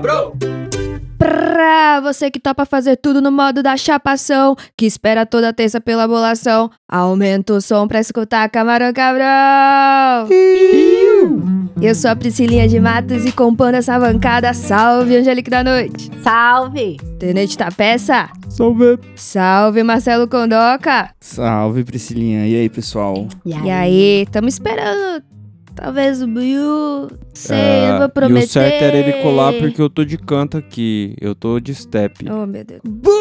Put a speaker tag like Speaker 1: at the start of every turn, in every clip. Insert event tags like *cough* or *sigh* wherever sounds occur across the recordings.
Speaker 1: bro!
Speaker 2: Pra você que topa fazer tudo no modo da chapação, que espera toda terça pela bolação, aumenta o som pra escutar Camarão Cabrão! Eu sou a Priscilinha de Matos e compondo essa bancada, salve Angélica da Noite!
Speaker 3: Salve!
Speaker 2: Tenente Tapeça,
Speaker 4: Salve!
Speaker 2: salve Marcelo Condoca!
Speaker 4: Salve, Priscilinha. E aí, pessoal?
Speaker 2: E aí, tamo esperando, talvez o Biu, sei,
Speaker 4: É,
Speaker 2: não vou
Speaker 4: E
Speaker 2: prometer...
Speaker 4: o certo era ele colar porque eu tô de canto aqui. Eu tô de step.
Speaker 2: Oh, meu Deus. Buiu,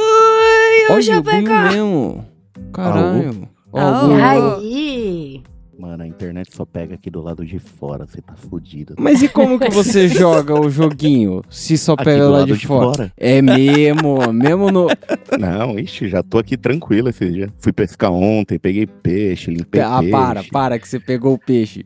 Speaker 4: Olha, o Binho
Speaker 2: Chapeca!
Speaker 4: mesmo. Caralho. Ó,
Speaker 2: Alô?
Speaker 4: o Binho.
Speaker 3: Aí!
Speaker 5: Mano, a internet só pega aqui do lado de fora, você tá fudido.
Speaker 4: Mas e como que você *laughs* joga o joguinho se só
Speaker 5: Aqui
Speaker 4: pega
Speaker 5: do
Speaker 4: lá
Speaker 5: lado
Speaker 4: de,
Speaker 5: de
Speaker 4: fora?
Speaker 5: fora?
Speaker 4: É mesmo, mesmo no...
Speaker 5: *laughs* Não, ixi, já tô aqui tranquilo esse dia. Fui pescar ontem, peguei peixe, limpei
Speaker 4: Ah,
Speaker 5: peixe.
Speaker 4: para, para que você pegou o peixe.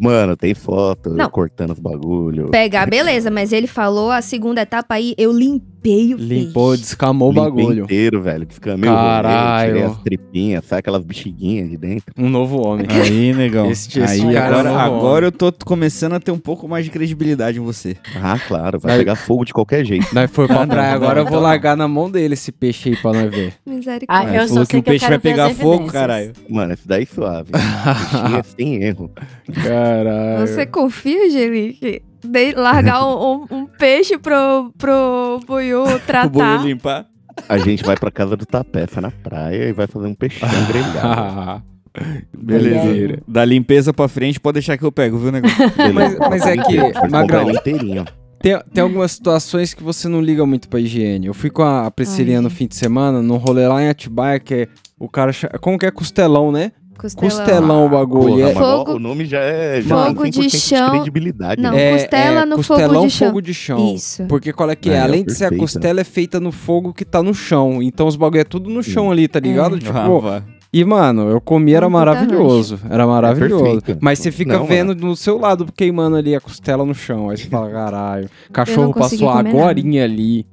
Speaker 5: Mano, tem foto, eu
Speaker 2: Não.
Speaker 5: cortando os bagulho.
Speaker 2: Pegar, beleza, mas ele falou a segunda etapa aí, eu limpei o
Speaker 4: Limpou,
Speaker 2: peixe.
Speaker 4: descamou o
Speaker 5: Limpei
Speaker 4: bagulho.
Speaker 5: inteiro, velho. Descamei o
Speaker 4: Caralho.
Speaker 5: rolê, tirei as tripinhas, sabe aquelas bexiguinhas de dentro?
Speaker 4: Um novo homem.
Speaker 6: Aí, negão.
Speaker 4: Esse- esse
Speaker 6: aí,
Speaker 4: cara
Speaker 6: agora,
Speaker 4: não rola.
Speaker 6: agora eu tô começando a ter um pouco mais de credibilidade em você.
Speaker 5: Ah, claro, vai
Speaker 4: Aí-
Speaker 5: pegar fogo de qualquer jeito.
Speaker 4: Nós foi pra praia,
Speaker 6: não,
Speaker 4: agora
Speaker 6: não,
Speaker 4: eu vou
Speaker 6: não.
Speaker 4: largar na mão dele esse peixe aí pra nós ver.
Speaker 2: Misericórdia.
Speaker 3: Ah, eu só
Speaker 6: falou que
Speaker 3: sei
Speaker 6: o
Speaker 3: que eu
Speaker 6: peixe
Speaker 3: quero
Speaker 6: vai
Speaker 3: ver as
Speaker 6: pegar fogo,
Speaker 3: evidências.
Speaker 6: caralho.
Speaker 5: Mano, esse daí é suave.
Speaker 4: *laughs*
Speaker 5: Bexiguinha é sem erro.
Speaker 6: Ah,
Speaker 4: Caralho.
Speaker 2: Você confia, Angelique? De largar um, um- um peixe pro, pro Buiu
Speaker 6: O bolo
Speaker 2: tratar.
Speaker 6: limpar.
Speaker 5: A gente vai pra casa do Tapeça na praia e vai fazer
Speaker 4: *laughs*
Speaker 5: um peixão grelhado. *laughs*
Speaker 6: Beleza. Da limpeza pra frente, pode deixar que eu pego, viu, *laughs* negão?
Speaker 4: Mas- mas é que, Magrão-
Speaker 5: Magrão... inteirinho.
Speaker 4: Tem, tem algumas situações que você não liga muito pra higiene. Eu fui com a Priscilinha no fim de semana, num rolê lá em Atibaia, que é o cara. cha- Como que é costelão, né? Costelão,
Speaker 2: Ah.
Speaker 4: o bagulho.
Speaker 5: Porra,
Speaker 4: é,
Speaker 5: mas ó,
Speaker 2: Fogo-
Speaker 5: o nome já é já
Speaker 2: Fogo
Speaker 5: tem 100%
Speaker 2: de chão.
Speaker 5: credibilidade,
Speaker 2: Não,
Speaker 5: né?
Speaker 4: é,
Speaker 2: costela
Speaker 4: é
Speaker 2: no fogo
Speaker 4: costelão,
Speaker 2: de chão.
Speaker 4: fogo de chão.
Speaker 2: Isso.
Speaker 4: Porque qual é que é?
Speaker 5: É,
Speaker 4: Além de ser a
Speaker 5: perfeito.
Speaker 4: costela, é feita no fogo que tá no chão. Então os bagulho é tudo no chão ali, tá
Speaker 2: É.
Speaker 4: ligado? Tipo,
Speaker 6: Ah, vá.
Speaker 4: E, mano, eu comi, era
Speaker 2: Um puta
Speaker 4: maravilhoso.
Speaker 2: É
Speaker 4: Era maravilhoso.
Speaker 5: perfeito.
Speaker 4: Mas você fica
Speaker 5: Não, é.
Speaker 4: vendo do seu lado queimando ali a costela no chão. Aí você fala, caralho, cachorro
Speaker 2: consegui
Speaker 4: passou
Speaker 2: comer
Speaker 4: agorinha ali.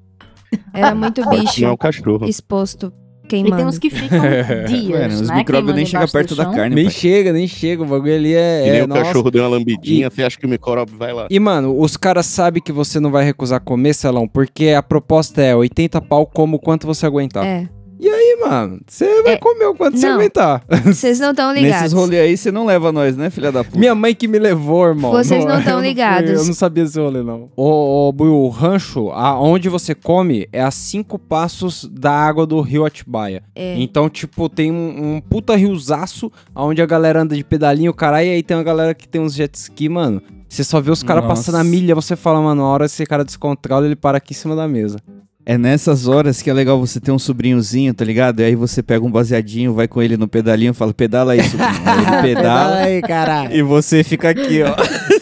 Speaker 2: Era muito
Speaker 5: Só que Não é
Speaker 2: bicho
Speaker 5: o cachorro.
Speaker 2: exposto,
Speaker 3: E tem
Speaker 2: queimando.
Speaker 3: uns que ficam dias,
Speaker 6: Mano, os
Speaker 3: né?
Speaker 6: micróbios
Speaker 3: queimando
Speaker 6: nem chegam
Speaker 3: embaixo
Speaker 6: perto
Speaker 3: do
Speaker 6: da
Speaker 3: chão.
Speaker 6: carne,
Speaker 4: Nem
Speaker 6: pai.
Speaker 4: chega, nem chega. O bagulho ali é.
Speaker 5: E nem
Speaker 4: é
Speaker 5: o
Speaker 4: nossa.
Speaker 5: cachorro deu uma lambidinha, você acha que o micróbio vai lá.
Speaker 4: E, mano, os caras sabem que você não vai recusar comer, Celão, porque a proposta é 80 pau como o quanto você aguentar.
Speaker 2: É.
Speaker 4: E, mano, você vai
Speaker 2: É.
Speaker 4: comer o quanto você
Speaker 2: Não.
Speaker 4: aguentar.
Speaker 2: Vocês não estão ligados.
Speaker 6: Nesses rolês aí, você não leva nós, né, filha da puta?
Speaker 4: Minha mãe que me levou, irmão. é,
Speaker 2: Vocês não
Speaker 4: eu
Speaker 2: tão
Speaker 4: fui,
Speaker 2: ligados.
Speaker 4: Eu não sabia esse rolê, não. Ô, ô, Buiu, o rancho, aonde você come, é a cinco passos da água do rio Atibaia.
Speaker 2: É.
Speaker 4: Então, tipo, tem um, um puta riozaço, onde a galera anda de pedalinho, caralho, e aí tem uma galera que tem uns jet ski, mano. Você só vê os caras
Speaker 6: Nossa.
Speaker 4: passando a milha, você fala, mano, a hora esse cara descontrola, ele para aqui em cima da mesa.
Speaker 2: *laughs*
Speaker 6: É nessas horas que é legal você ter um sobrinhozinho, tá ligado? E aí você pega um baseadinho, vai com ele no pedalinho, fala, pedala aí, *laughs* sobrinho. Aí
Speaker 2: Ah,
Speaker 6: ele pedala
Speaker 4: aí, caralho.
Speaker 6: e você fica aqui, *laughs* ó.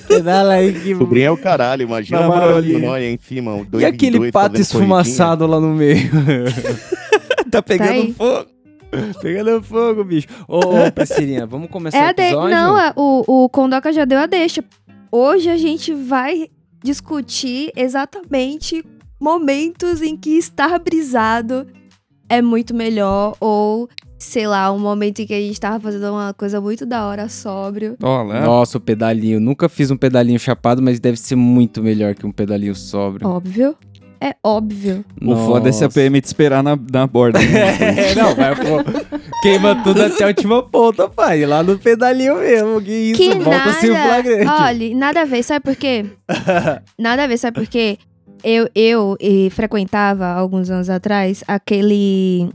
Speaker 4: Pedala aí que...
Speaker 5: Sobrinho é o caralho, imagina
Speaker 6: Na
Speaker 5: a
Speaker 6: marolinha.
Speaker 5: nós aí em cima. um dois
Speaker 4: E
Speaker 5: em
Speaker 4: aquele
Speaker 5: dois
Speaker 4: pato
Speaker 5: fazendo
Speaker 4: esfumaçado lá no
Speaker 5: *laughs*
Speaker 4: meio?
Speaker 6: tá
Speaker 2: Tá aí.
Speaker 6: pegando fogo.
Speaker 4: Pegando fogo, bicho. Ô, ô Priscilinha, vamos começar
Speaker 2: É
Speaker 4: o
Speaker 2: a de...
Speaker 4: episódio?
Speaker 2: Não, a- o, o Kondoka já deu a deixa. Hoje a gente vai discutir exatamente momentos em que estar brisado é muito melhor ou, sei lá, um momento em que a gente tava fazendo uma coisa muito da hora sóbrio.
Speaker 6: Ó, né? lá.
Speaker 4: Nossa, o pedalinho. Nunca fiz um pedalinho chapado, mas deve ser muito melhor que um pedalinho sóbrio.
Speaker 2: Óbvio. É óbvio.
Speaker 6: O foda é se a PM te esperar na, na
Speaker 4: *laughs*
Speaker 6: borda. né? *laughs*
Speaker 4: É, não, vai, pô. Queima tudo até a última ponta, pai. Lá no pedalinho mesmo. Que isso,
Speaker 2: que
Speaker 4: volta
Speaker 2: nada.
Speaker 4: sem o é flagrante.
Speaker 2: Olha, nada a ver, sabe por quê?
Speaker 4: *laughs*
Speaker 2: nada a ver, sabe por quê? Eu, eu eh, frequentava alguns anos atrás aquele.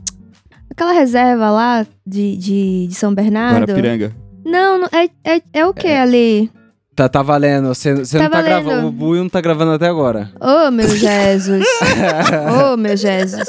Speaker 2: Aquela reserva lá de, de, de São Bernardo.
Speaker 6: Guarapiranga.
Speaker 2: Não, não, é, é, é o que ali?
Speaker 4: Tá, tá valendo. Você você
Speaker 2: Tá
Speaker 4: não tá
Speaker 2: valendo.
Speaker 4: gravando. O Buio não tá gravando até agora.
Speaker 2: Ô,
Speaker 4: *laughs*
Speaker 2: meu Jesus. Ô, meu Jesus.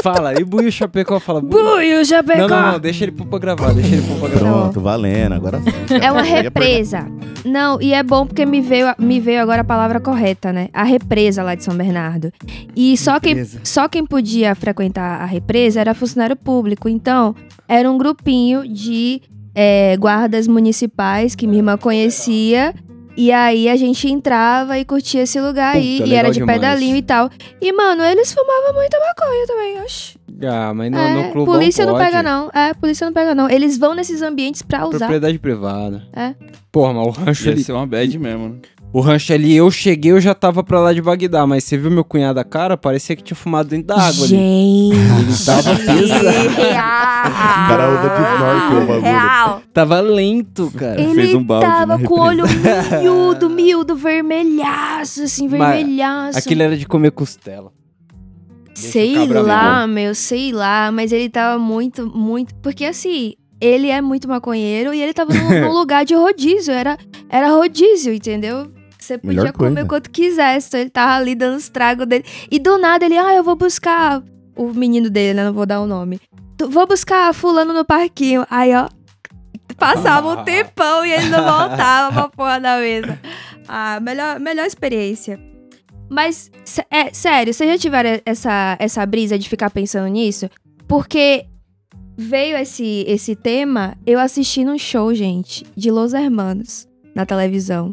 Speaker 4: Fala. E Buio Chapecó fala. Buio.
Speaker 2: Buio, já pegou.
Speaker 4: Não, não, não. Deixa ele pôr pra gravar. Deixa ele pôr pra gravar.
Speaker 5: Pronto, valendo, agora sim.
Speaker 2: É uma
Speaker 4: *laughs*
Speaker 5: Eu ia perguntar-
Speaker 2: represa. Não, e é bom porque me veio, me veio agora a palavra correta, né? A represa lá de São Bernardo. E só quem,
Speaker 6: Represa.
Speaker 2: só quem podia frequentar a represa era funcionário público. Então, era um grupinho de é, guardas municipais que minha irmã conhecia. E aí a gente entrava e curtia esse lugar aí.
Speaker 4: Puta,
Speaker 2: E era
Speaker 4: legal
Speaker 2: de
Speaker 4: demais.
Speaker 2: pedalinho e tal. E, mano, eles fumavam muita maconha também, oxe.
Speaker 4: Ah, mas no,
Speaker 2: é,
Speaker 4: no clubão
Speaker 2: polícia não
Speaker 4: pode.
Speaker 2: pega, não. É, polícia não pega, não. Eles vão nesses ambientes pra usar.
Speaker 4: Propriedade privada.
Speaker 2: É.
Speaker 4: Porra, mas o rancho
Speaker 6: Ia
Speaker 4: ele
Speaker 6: ser uma bad mesmo. né?
Speaker 4: O rancho ali, eu cheguei, eu já tava pra lá de Bagdá, mas você viu meu cunhado a cara? Parecia que tinha fumado dentro da água ali.
Speaker 7: Gente.
Speaker 3: é um
Speaker 4: Ele tava pesado.
Speaker 5: O cara usa de snorkel o bagulho.
Speaker 2: Real.
Speaker 4: Tava lento, cara.
Speaker 2: Ele
Speaker 6: *laughs* fez um balde
Speaker 2: tava
Speaker 6: na
Speaker 2: com o
Speaker 6: *laughs*
Speaker 2: olho miúdo, miúdo, vermelhaço, assim,
Speaker 4: Mas
Speaker 2: vermelhaço.
Speaker 4: Aquilo era de comer costela. Deixa o
Speaker 2: Sei
Speaker 4: cabra
Speaker 2: lá, meu, sei lá, mas ele tava muito, muito. Porque assim, ele é muito maconheiro e ele tava
Speaker 6: *laughs*
Speaker 2: num, num lugar de rodízio. Era, era rodízio, entendeu? Você podia
Speaker 5: Melhor coisa.
Speaker 2: comer quanto quisesse. Então ele tava ali dando os tragos dele. E do nada ele, ah, eu vou buscar o menino dele, né? Não vou dar o nome. "Tu- Vou buscar fulano no parquinho. Aí, ó. Passava um tempão e ele não voltava pra porra da mesa. Ah, melhor, melhor experiência. Mas, sé- é, sério, vocês já tiveram essa, essa brisa de ficar pensando nisso? Porque veio esse, esse tema, eu assisti num show, gente, de Los Hermanos, na televisão.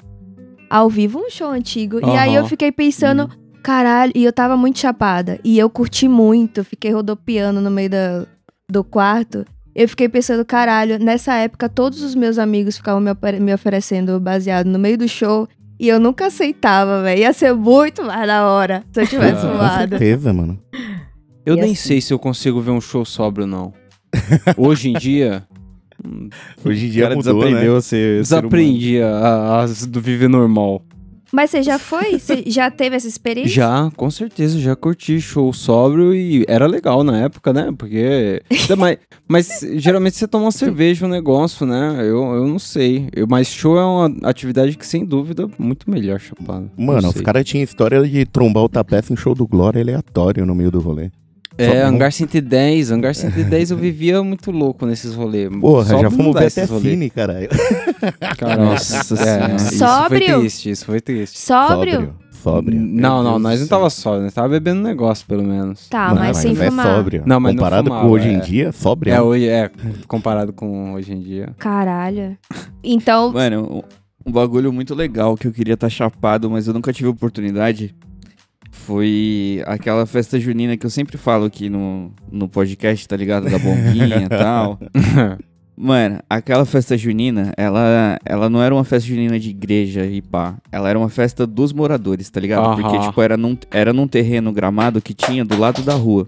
Speaker 2: Ao vivo, um show antigo. E aí eu
Speaker 4: Aham.
Speaker 2: fiquei pensando, caralho, e eu tava muito chapada. E eu curti muito, fiquei rodopiando no meio da, do quarto. Eu fiquei pensando, caralho, nessa época todos os meus amigos ficavam me, opere- me oferecendo baseado no meio do show. E eu nunca aceitava, velho. Ia ser muito mais da hora se eu tivesse
Speaker 4: Ah.
Speaker 5: Com
Speaker 2: fumado.
Speaker 5: certeza, mano.
Speaker 4: Eu
Speaker 3: E
Speaker 4: nem
Speaker 3: assim-
Speaker 4: sei se eu consigo ver um show sóbrio, não. Hoje em
Speaker 6: *laughs*
Speaker 4: dia,
Speaker 5: Hoje em
Speaker 6: O
Speaker 5: dia
Speaker 6: cara
Speaker 5: mudou, né?
Speaker 6: desaprendeu a ser ser humano.
Speaker 4: desaprendi a- as do viver normal.
Speaker 2: Mas você já foi? Você já teve essa experiência?
Speaker 4: Já, com certeza, já curti show sóbrio e era legal na época, né? Porque. Ainda mais- *laughs* mas geralmente você toma uma cerveja, um negócio, né? Eu, eu não sei. Eu, mas show é uma atividade que, sem dúvida, é muito melhor, chapado. Não
Speaker 5: Mano, os
Speaker 4: sei.
Speaker 5: caras tinham história de trombar o tapete em show do Glória aleatório no meio do rolê.
Speaker 4: É,
Speaker 5: Só- um
Speaker 4: Hangar 110. Hangar 110 eu vivia muito louco nesses rolês.
Speaker 5: Porra,
Speaker 4: Sóbrio
Speaker 5: já
Speaker 4: não
Speaker 5: fomos
Speaker 4: dá
Speaker 5: ver
Speaker 4: esses
Speaker 5: até
Speaker 4: rolês.
Speaker 5: cine, caralho.
Speaker 4: Cara,
Speaker 6: Nossa
Speaker 4: é,
Speaker 6: senhora.
Speaker 4: isso foi
Speaker 2: Sóbrio?
Speaker 4: triste, isso foi triste.
Speaker 2: Sóbrio?
Speaker 5: Sóbrio.
Speaker 4: Não,
Speaker 5: Meu
Speaker 4: não,
Speaker 5: Deus
Speaker 4: nós
Speaker 5: do
Speaker 4: não
Speaker 5: céu.
Speaker 4: tava sóbrio, nós tava bebendo negócio, pelo menos.
Speaker 2: Tá,
Speaker 5: Mano,
Speaker 2: mas sem
Speaker 5: é
Speaker 2: fumar.
Speaker 5: sóbrio.
Speaker 4: Não, mas não
Speaker 5: Comparado
Speaker 4: fumava,
Speaker 5: com hoje em
Speaker 4: é.
Speaker 5: dia, sóbrio. né?
Speaker 4: É, hoje, é, comparado com hoje em dia.
Speaker 2: Caralho.
Speaker 6: *laughs*
Speaker 2: Então,
Speaker 6: Mano, um, um bagulho muito legal que eu queria estar chapado, mas eu nunca tive oportunidade. Foi aquela festa junina que eu sempre falo aqui no, no podcast, tá ligado? Da bombinha e tal. Mano, aquela festa junina, ela, ela não era uma festa junina de igreja e pá. Ela era uma festa dos moradores, tá ligado? Porque,
Speaker 4: Aham.
Speaker 6: tipo, era num, era num terreno gramado que tinha do lado da rua.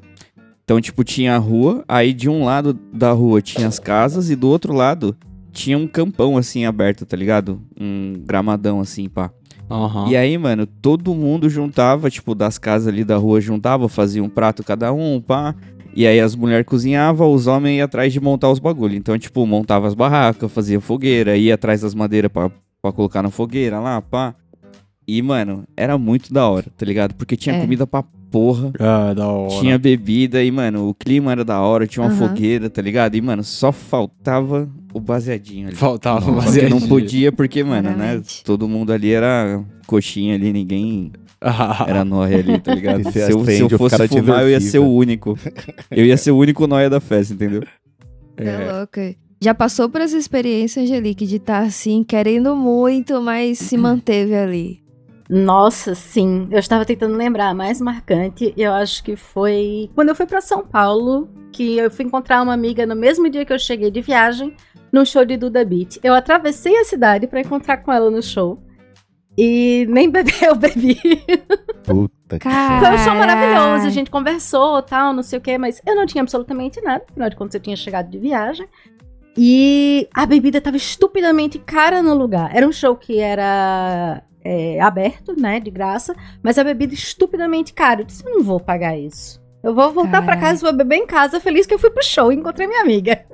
Speaker 6: Então, tipo, tinha a rua, aí de um lado da rua tinha as casas e do outro lado tinha um campão, assim, aberto, tá ligado? Um gramadão, assim, pá.
Speaker 4: Aham.
Speaker 6: E aí, mano, todo mundo juntava, tipo, das casas ali da rua juntava, fazia um prato cada um, pá. E aí as mulheres cozinhavam, os homens iam atrás de montar os bagulho. Então, tipo, montava as barracas, fazia fogueira, ia atrás das madeiras pra, pra colocar na fogueira lá, pá. E, mano, era muito da hora, tá ligado? Porque tinha
Speaker 2: É.
Speaker 6: comida pra porra,
Speaker 4: Ah, da hora.
Speaker 6: tinha bebida e, mano, o clima era da hora, tinha uma
Speaker 2: Aham.
Speaker 6: fogueira, tá ligado? E, mano, só faltava o baseadinho ali.
Speaker 4: Faltava
Speaker 5: Nossa,
Speaker 6: Só que
Speaker 4: baseadinho.
Speaker 6: não um
Speaker 4: *laughs*
Speaker 6: podia porque, mano, né?
Speaker 2: Realmente.
Speaker 6: Todo mundo ali era coxinha ali, ninguém
Speaker 4: Ah,
Speaker 6: era nóia ali, *laughs* tá ligado?
Speaker 5: E
Speaker 6: Se
Speaker 5: se
Speaker 6: eu, se
Speaker 5: acende,
Speaker 6: eu
Speaker 5: os
Speaker 6: fosse
Speaker 5: cara te
Speaker 6: fumar, eu ia
Speaker 5: versiva.
Speaker 6: ser o único. Eu ia ser o único nóia da festa,
Speaker 2: *laughs*
Speaker 6: entendeu?
Speaker 2: é. louco. Já passou por essa experiência, Angelique, de estar assim, querendo muito, mas se manteve ali.
Speaker 3: Nossa, sim. Eu estava tentando lembrar. A mais marcante, eu acho que foi quando eu fui para São Paulo, que eu fui encontrar uma amiga no mesmo dia que eu cheguei de viagem, num show de Duda Beat. Eu atravessei a cidade para encontrar com ela no show. E nem *laughs* beber eu bebi.
Speaker 5: Puta que
Speaker 2: Cara.
Speaker 3: Foi um show
Speaker 2: Caralho.
Speaker 3: maravilhoso, a gente conversou, tal, não sei o que, mas eu não tinha absolutamente nada, afinal de contas eu tinha chegado de viagem. E a bebida tava estupidamente cara no lugar. Era um show que era é, aberto, né, de graça, mas a bebida estupidamente cara. Eu disse, eu não vou pagar isso. Eu vou voltar pra
Speaker 2: Caraca.
Speaker 3: casa, vou beber em casa, feliz que eu fui pro show e encontrei minha amiga.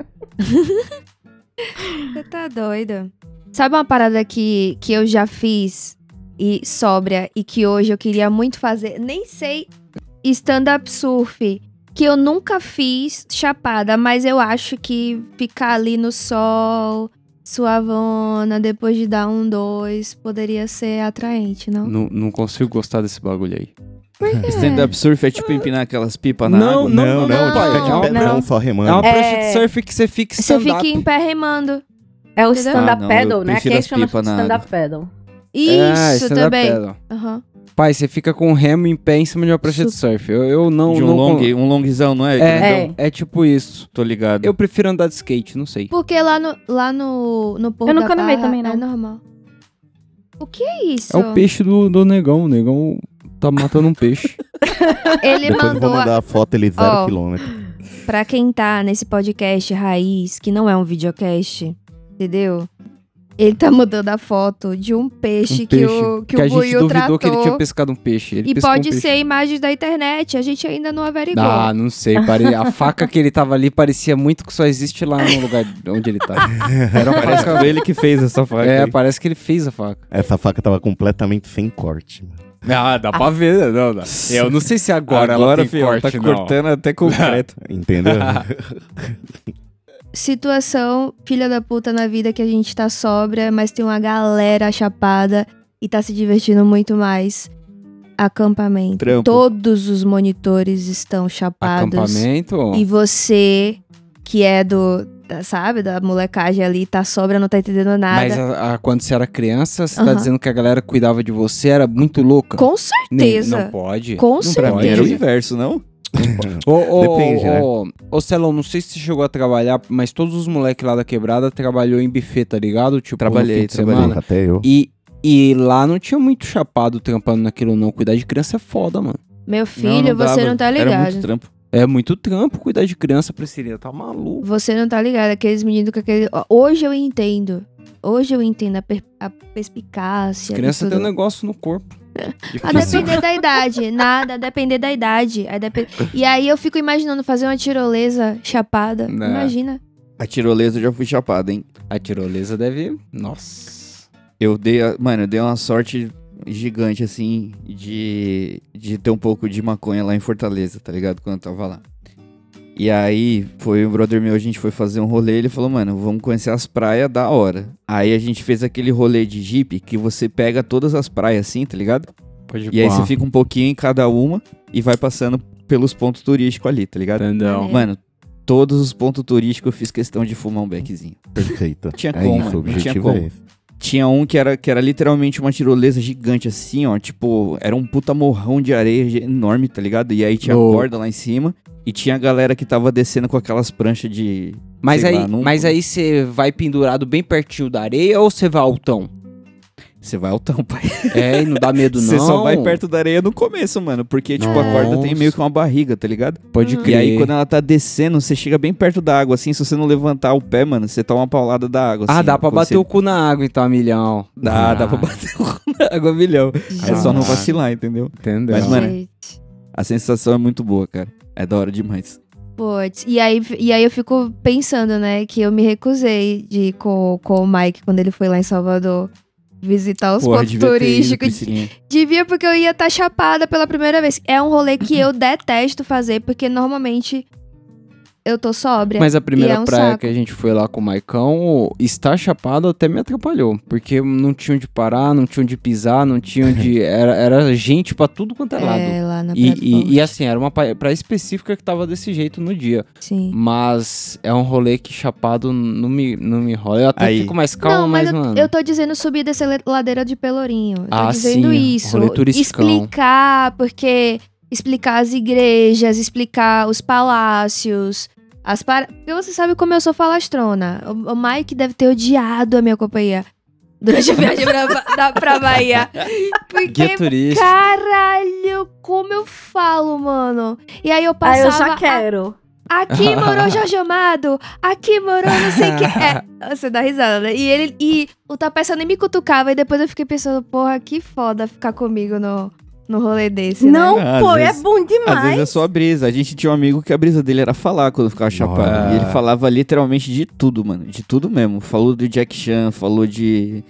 Speaker 2: Você tá doido. Sabe uma parada que, que eu já fiz e sobra e que hoje eu queria muito fazer? Nem sei. Stand-up surf. Que eu nunca fiz chapada, mas eu acho que ficar ali no sol, suavona, depois de dar um dois, poderia ser atraente, não?
Speaker 4: não, não consigo gostar desse bagulho aí.
Speaker 2: Por quê?
Speaker 6: Stand-up surf é tipo empinar aquelas pipas na
Speaker 4: Não,
Speaker 6: água. né?
Speaker 4: não,
Speaker 2: não,
Speaker 5: Não, não, de ficar
Speaker 2: não,
Speaker 5: de pedrão
Speaker 2: não.
Speaker 5: só remando.
Speaker 4: É uma prancha
Speaker 3: É.
Speaker 4: de surf que você fica
Speaker 2: Você
Speaker 4: stand-up.
Speaker 2: fica em pé remando.
Speaker 3: É o
Speaker 2: Entendeu?
Speaker 3: stand-up
Speaker 6: Ah, não, eu
Speaker 3: pedal, né?
Speaker 6: prefiro
Speaker 3: Que
Speaker 6: as
Speaker 3: chama
Speaker 6: pipas na
Speaker 3: stand-up
Speaker 6: água.
Speaker 3: pedal.
Speaker 4: É,
Speaker 2: Isso
Speaker 4: stand-up
Speaker 2: também.
Speaker 4: paddle.
Speaker 2: Aham.
Speaker 4: Pai, você fica com o remo em pé em cima de uma prancha de surf. Eu, eu não...
Speaker 6: De um,
Speaker 4: não
Speaker 6: long,
Speaker 4: con-
Speaker 6: um longzão, não é?
Speaker 4: É,
Speaker 3: É.
Speaker 4: é tipo isso.
Speaker 6: Tô ligado.
Speaker 4: Eu prefiro andar de skate, não sei.
Speaker 2: Porque lá no, lá no, no Porto
Speaker 3: Eu
Speaker 2: da
Speaker 3: nunca namei
Speaker 2: Barra
Speaker 3: também, não.
Speaker 2: É normal. O que é isso?
Speaker 4: É o peixe do, do negão. O negão tá matando um peixe.
Speaker 2: Ele
Speaker 5: Depois eu
Speaker 2: mandou.
Speaker 5: vou
Speaker 2: a-
Speaker 5: mandar a foto, ele zero
Speaker 2: Ó.
Speaker 5: quilômetro.
Speaker 2: Pra quem tá nesse podcast raiz, que não é um videocast, entendeu? Ele tá mandando a foto de um
Speaker 4: Um
Speaker 2: peixe,
Speaker 4: peixe.
Speaker 2: que o, *laughs* que
Speaker 4: a
Speaker 2: o
Speaker 4: gente
Speaker 2: Buiu
Speaker 4: duvidou
Speaker 2: tratou.
Speaker 4: que ele tinha pescado um peixe. Ele
Speaker 2: e
Speaker 4: pescou um
Speaker 2: pode
Speaker 4: peixe.
Speaker 2: ser imagens da internet, a gente ainda não averigou.
Speaker 4: Ah, não sei. pare-
Speaker 2: *laughs*
Speaker 4: A faca que ele tava ali parecia muito que só existe lá no lugar onde ele tá. Era uma
Speaker 6: Parece que
Speaker 4: faca.
Speaker 6: foi ele que fez essa faca.
Speaker 4: É,
Speaker 6: aí.
Speaker 4: parece que ele fez a faca.
Speaker 5: Essa faca tava completamente sem corte. mano.
Speaker 4: Ah, dá pra
Speaker 6: né?
Speaker 4: ver, não, dá. Eu não sei se agora, ela tem
Speaker 6: filho,
Speaker 4: corte,
Speaker 6: tá cortando até concreto.
Speaker 5: Entendeu? *laughs*
Speaker 2: Situação filha da puta na vida que a gente tá sóbria, mas tem uma galera chapada e tá se divertindo muito mais. Acampamento.
Speaker 6: Trampo.
Speaker 2: Todos os monitores estão chapados.
Speaker 4: Acampamento?
Speaker 2: E você, que é do, da- sabe, da molecagem ali, tá sobra, não tá entendendo nada.
Speaker 4: Mas a- a- quando você era criança, você tá
Speaker 2: Aham.
Speaker 4: dizendo que a galera cuidava de você, era muito louca?
Speaker 2: Com
Speaker 4: Nem-
Speaker 2: certeza.
Speaker 4: não pode.
Speaker 2: Com
Speaker 4: não
Speaker 2: certeza.
Speaker 4: Pode.
Speaker 6: Era o inverso, não?
Speaker 4: Ô, ô,
Speaker 5: Depende, né?
Speaker 4: ô, ô, Celão, não sei se você chegou a trabalhar, mas todos os moleques lá da quebrada trabalhou em buffet, tá ligado? Tipo, no
Speaker 6: Trabalhei,
Speaker 4: fim de
Speaker 6: trabalhei.
Speaker 4: semana.
Speaker 5: Até eu.
Speaker 4: E, e lá não tinha muito chapado trampando naquilo, não. Cuidar de criança é foda, mano.
Speaker 2: Meu filho, você
Speaker 6: dava.
Speaker 2: não tá
Speaker 6: Era
Speaker 2: ligado.
Speaker 6: muito trampo.
Speaker 4: É muito trampo cuidar de criança, Priscilinha. Tá maluco.
Speaker 2: Você não tá ligado. Aqueles meninos com aquele. Ó, Hoje eu entendo. Hoje eu entendo a, per- a perspicácia.
Speaker 4: As
Speaker 2: de
Speaker 4: crianças
Speaker 2: tudo.
Speaker 4: têm um negócio no corpo.
Speaker 2: A
Speaker 6: Tipo
Speaker 2: depender da idade. Nada, a depender da idade. A depen- E aí eu fico imaginando fazer uma tirolesa chapada.
Speaker 4: Né.
Speaker 2: Imagina.
Speaker 6: A tirolesa eu já fui chapado, hein?
Speaker 4: A tirolesa deve. Nossa.
Speaker 6: Eu dei, a- mano, eu dei uma sorte gigante, assim, de, de ter um pouco de maconha lá em Fortaleza, tá ligado? Quando eu tava lá. E aí, foi um brother meu, a gente foi fazer um rolê, ele falou, mano, vamos conhecer as praias da hora. Aí a gente fez aquele rolê de jeep que você pega todas as praias assim, tá ligado?
Speaker 4: Pode
Speaker 6: E aí você fica um pouquinho em cada uma e vai passando pelos pontos turísticos ali, tá ligado?
Speaker 4: É.
Speaker 2: Entendeu.
Speaker 6: Mano, todos os pontos turísticos eu fiz questão de fumar um beckzinho.
Speaker 5: Perfeito.
Speaker 6: Tinha
Speaker 5: é
Speaker 6: como,
Speaker 5: isso, o
Speaker 6: mano, tinha
Speaker 5: objetivo
Speaker 6: como.
Speaker 5: é esse.
Speaker 6: Tinha um que era, que era literalmente uma tirolesa gigante, assim, ó. Tipo, era um puta morrão de areia ge- enorme, tá ligado? E aí tinha
Speaker 4: Oh.
Speaker 6: corda lá em cima. E tinha a galera que tava descendo com aquelas pranchas de.
Speaker 4: Mas
Speaker 6: sei
Speaker 4: aí,
Speaker 6: lá, não-
Speaker 4: mas aí você vai pendurado bem pertinho da areia ou você vai altão?
Speaker 6: Você vai altão, pai.
Speaker 4: É, e não dá medo não.
Speaker 6: *laughs* Você só vai perto da areia no começo, mano. Porque, tipo, a corda tem meio que uma barriga, tá ligado?
Speaker 4: Pode
Speaker 6: E
Speaker 4: crer.
Speaker 6: aí, quando ela tá descendo, você chega bem perto da água, assim. Se você não levantar o pé, mano, você toma uma paulada da água.
Speaker 4: Ah,
Speaker 6: assim, Ah,
Speaker 4: dá
Speaker 6: ó,
Speaker 4: pra
Speaker 6: quando
Speaker 4: bater
Speaker 6: você-
Speaker 4: o cu Ah. na água então, milhão.
Speaker 6: Dá, dá pra
Speaker 4: Caralho.
Speaker 6: bater o cu na água, milhão. É só não
Speaker 4: Caralho.
Speaker 6: vacilar, entendeu?
Speaker 4: Entendeu?
Speaker 6: Mas, mano,
Speaker 2: Gente.
Speaker 6: A sensação é muito boa, cara. É da hora demais.
Speaker 2: Puts, e aí, e aí eu fico pensando, né, que eu me recusei de ir com, com o Mike quando ele foi lá em Salvador visitar os pontos
Speaker 6: devia ter ido,
Speaker 2: turísticos.
Speaker 6: Priscilinha.
Speaker 2: Devia porque eu ia estar chapada pela primeira vez. É um rolê que eu detesto fazer, porque normalmente eu tô sóbria.
Speaker 4: Mas a primeira
Speaker 2: E é um
Speaker 4: praia
Speaker 2: saco.
Speaker 4: que a gente foi lá com o Maicão, está chapado até me atrapalhou. Porque não tinha onde parar, não tinha onde pisar, não tinha *laughs* onde. era, era gente pra tudo quanto é lado.
Speaker 2: é, lá na
Speaker 4: E,
Speaker 2: Praia do
Speaker 4: e-
Speaker 2: Forte,
Speaker 4: e assim, era uma praia praia específica que tava desse jeito no dia.
Speaker 2: Sim.
Speaker 4: Mas é um rolê que chapado não me, não me rola. Eu até
Speaker 6: Aí.
Speaker 4: fico mais calmo,
Speaker 2: não, mas
Speaker 4: mas,
Speaker 2: eu,
Speaker 4: mano.
Speaker 2: eu tô dizendo subir dessa le- ladeira de Pelourinho. Eu tô
Speaker 4: Ah,
Speaker 2: dizendo
Speaker 4: sim,
Speaker 2: isso.
Speaker 4: rolê turisticão.
Speaker 2: Explicar, porque explicar as igrejas, explicar os palácios, as para... Porque você sabe como eu sou falastrona. O, o Mike deve ter odiado a minha companhia durante a viagem pra, da, pra Bahia.
Speaker 4: Guia
Speaker 2: Porque,
Speaker 4: turístico.
Speaker 2: caralho, como eu falo, mano. E aí eu
Speaker 3: Ah,
Speaker 2: passava...
Speaker 3: eu já
Speaker 2: a-
Speaker 3: quero.
Speaker 2: Aqui morou Jorge Amado, aqui morou não sei o que. É, você dá risada, né? E, ele, e o Tapeça nem me cutucava, e depois eu fiquei pensando, porra, que foda ficar comigo no, no rolê desse, né?
Speaker 3: Não,
Speaker 6: Ah, às
Speaker 3: pô,
Speaker 6: vezes-
Speaker 3: é bom
Speaker 6: Às vezes
Speaker 3: demais.
Speaker 6: é só a brisa. A gente tinha um amigo que a brisa dele era falar quando ficava chapado.
Speaker 4: Nossa.
Speaker 6: E ele falava literalmente de tudo, mano. De tudo mesmo. Falou do Jack Chan, falou de.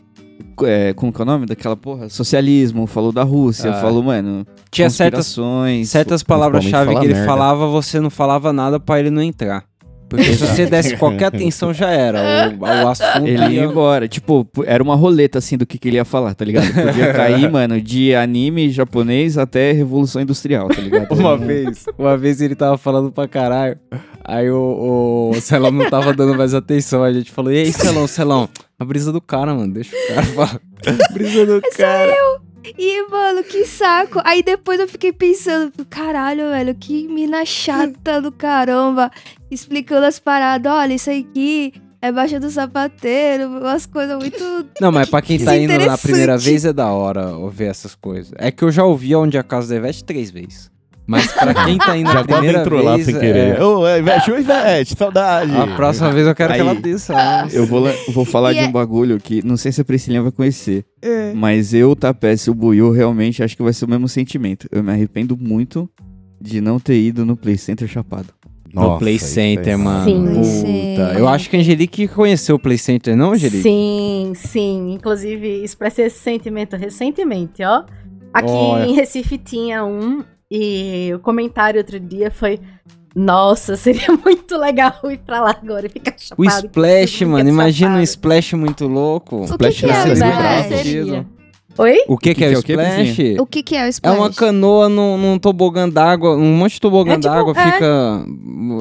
Speaker 6: é, como que é o nome daquela porra? Socialismo, falou da Rússia,
Speaker 4: Ah.
Speaker 6: falou, mano.
Speaker 4: Tinha certas,
Speaker 6: conspirações.
Speaker 4: certas palavras-chave
Speaker 5: falar
Speaker 4: que ele
Speaker 5: merda.
Speaker 4: falava, você não falava nada pra ele não entrar. Porque se você
Speaker 5: *laughs*
Speaker 4: desse qualquer atenção, já era. O, o assunto
Speaker 6: Ele ia
Speaker 4: ia...
Speaker 6: embora. Tipo, pu- era uma roleta assim do que, que ele ia falar, tá ligado? Podia
Speaker 4: *laughs*
Speaker 6: cair, mano, de anime japonês até Revolução Industrial, tá ligado?
Speaker 4: Uma vez, uma vez ele tava falando pra caralho. Aí o, o Celão não tava dando mais atenção. A gente falou: E aí, Celão, Celão? A brisa do cara, mano. Deixa o cara falar. *laughs* Brisa do cara.
Speaker 2: E, mano, que saco. Aí depois eu fiquei pensando, caralho, velho, que mina chata do caramba, explicando as paradas. Olha, isso aqui é Baixa do Sapateiro, umas coisas muito.
Speaker 4: Não, mas pra quem tá indo na
Speaker 2: Desinteressante.
Speaker 4: primeira vez é da hora ouvir essas coisas. É que eu já ouvi Onde a Casa da Ivete três vezes. Mas pra quem tá indo
Speaker 5: Já
Speaker 4: na
Speaker 5: quase
Speaker 4: primeira
Speaker 5: entrou
Speaker 4: vez...
Speaker 5: lá sem querer.
Speaker 4: é,
Speaker 5: Ô, Ivete, ô, Ivete, saudade.
Speaker 4: A próxima vez eu quero
Speaker 6: Aí.
Speaker 4: que ela desça. né?
Speaker 6: Eu vou, la- vou falar
Speaker 2: E
Speaker 6: de
Speaker 2: é-
Speaker 6: um bagulho que não sei se a Priscilinha vai conhecer.
Speaker 3: É.
Speaker 6: Mas eu, o Tapete e o Buiu realmente acho que vai ser o mesmo sentimento. Eu me arrependo muito de não ter ido no Play Center Chapado.
Speaker 4: No Play
Speaker 5: isso aí
Speaker 4: Center,
Speaker 5: é-
Speaker 4: mano.
Speaker 3: Sim. Play
Speaker 2: Center.
Speaker 4: Puta. Eu acho que a Angelique conheceu o Play Center, não, Angelique?
Speaker 3: Sim, sim. Inclusive, expressei esse sentimento recentemente, ó. Aqui
Speaker 4: Olha.
Speaker 3: em Recife tinha um, e o comentário outro dia foi: Nossa, seria *laughs* muito legal ir pra lá agora e ficar chapado.
Speaker 4: O Splash,
Speaker 3: Fica
Speaker 4: mano. Imagina um
Speaker 3: chapado.
Speaker 4: Splash muito louco.
Speaker 2: O que, que é o
Speaker 3: Seria.
Speaker 5: Splash Splash?
Speaker 2: Splash?
Speaker 4: Sentido.
Speaker 3: Oi?
Speaker 4: O que, que, é, o Splash?
Speaker 6: Priscilinha?
Speaker 2: O que, que é o
Speaker 4: É
Speaker 2: Splash?
Speaker 4: uma canoa num, num tobogã d'água, um monte de tobogã
Speaker 3: É tipo-
Speaker 4: d'água
Speaker 3: é.
Speaker 4: fica.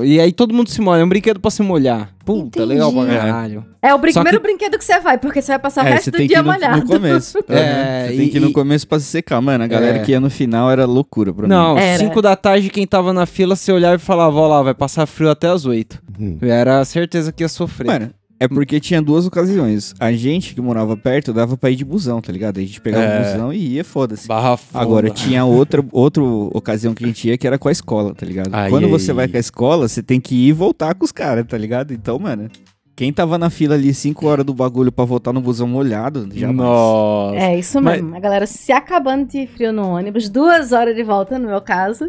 Speaker 4: E aí todo mundo se molha, é um brinquedo pra se molhar. Puta,
Speaker 2: Entendi.
Speaker 4: legal pra
Speaker 6: É.
Speaker 4: caralho.
Speaker 3: É o brin-
Speaker 4: Só que-
Speaker 3: primeiro brinquedo que você vai, porque você vai passar o
Speaker 6: é,
Speaker 3: resto
Speaker 6: você
Speaker 3: Tá do
Speaker 6: tem que
Speaker 3: dia
Speaker 6: ir no, no
Speaker 3: molhado.
Speaker 6: começo.
Speaker 4: É,
Speaker 6: você tem que ir no
Speaker 4: e-
Speaker 6: começo pra se secar. Mano, a
Speaker 4: É.
Speaker 6: galera que ia no final era loucura pra mim.
Speaker 4: Não,
Speaker 3: Era.
Speaker 4: 5 da tarde quem tava na fila se olhava e falava, ó lá, vai passar frio até as 8.
Speaker 5: Hum.
Speaker 4: Era a certeza que ia sofrer.
Speaker 6: Mano, é porque tinha duas ocasiões. A gente que morava perto dava pra ir de busão, tá ligado? A gente pegava o
Speaker 4: É.
Speaker 6: busão e ia, foda-se.
Speaker 4: Barra funda.
Speaker 6: Agora, tinha outra, outra ocasião que a gente ia que era com a escola, tá ligado?
Speaker 4: Ai,
Speaker 6: Quando
Speaker 4: ai.
Speaker 6: você vai com a escola, você tem que ir e voltar com os caras, tá ligado? Então, mano, quem tava na fila ali 5 horas do bagulho pra voltar no busão molhado, já
Speaker 4: Nossa.
Speaker 3: É isso
Speaker 4: Mas-
Speaker 3: mesmo. A galera se acabando de frio no ônibus, duas horas de volta, no meu caso.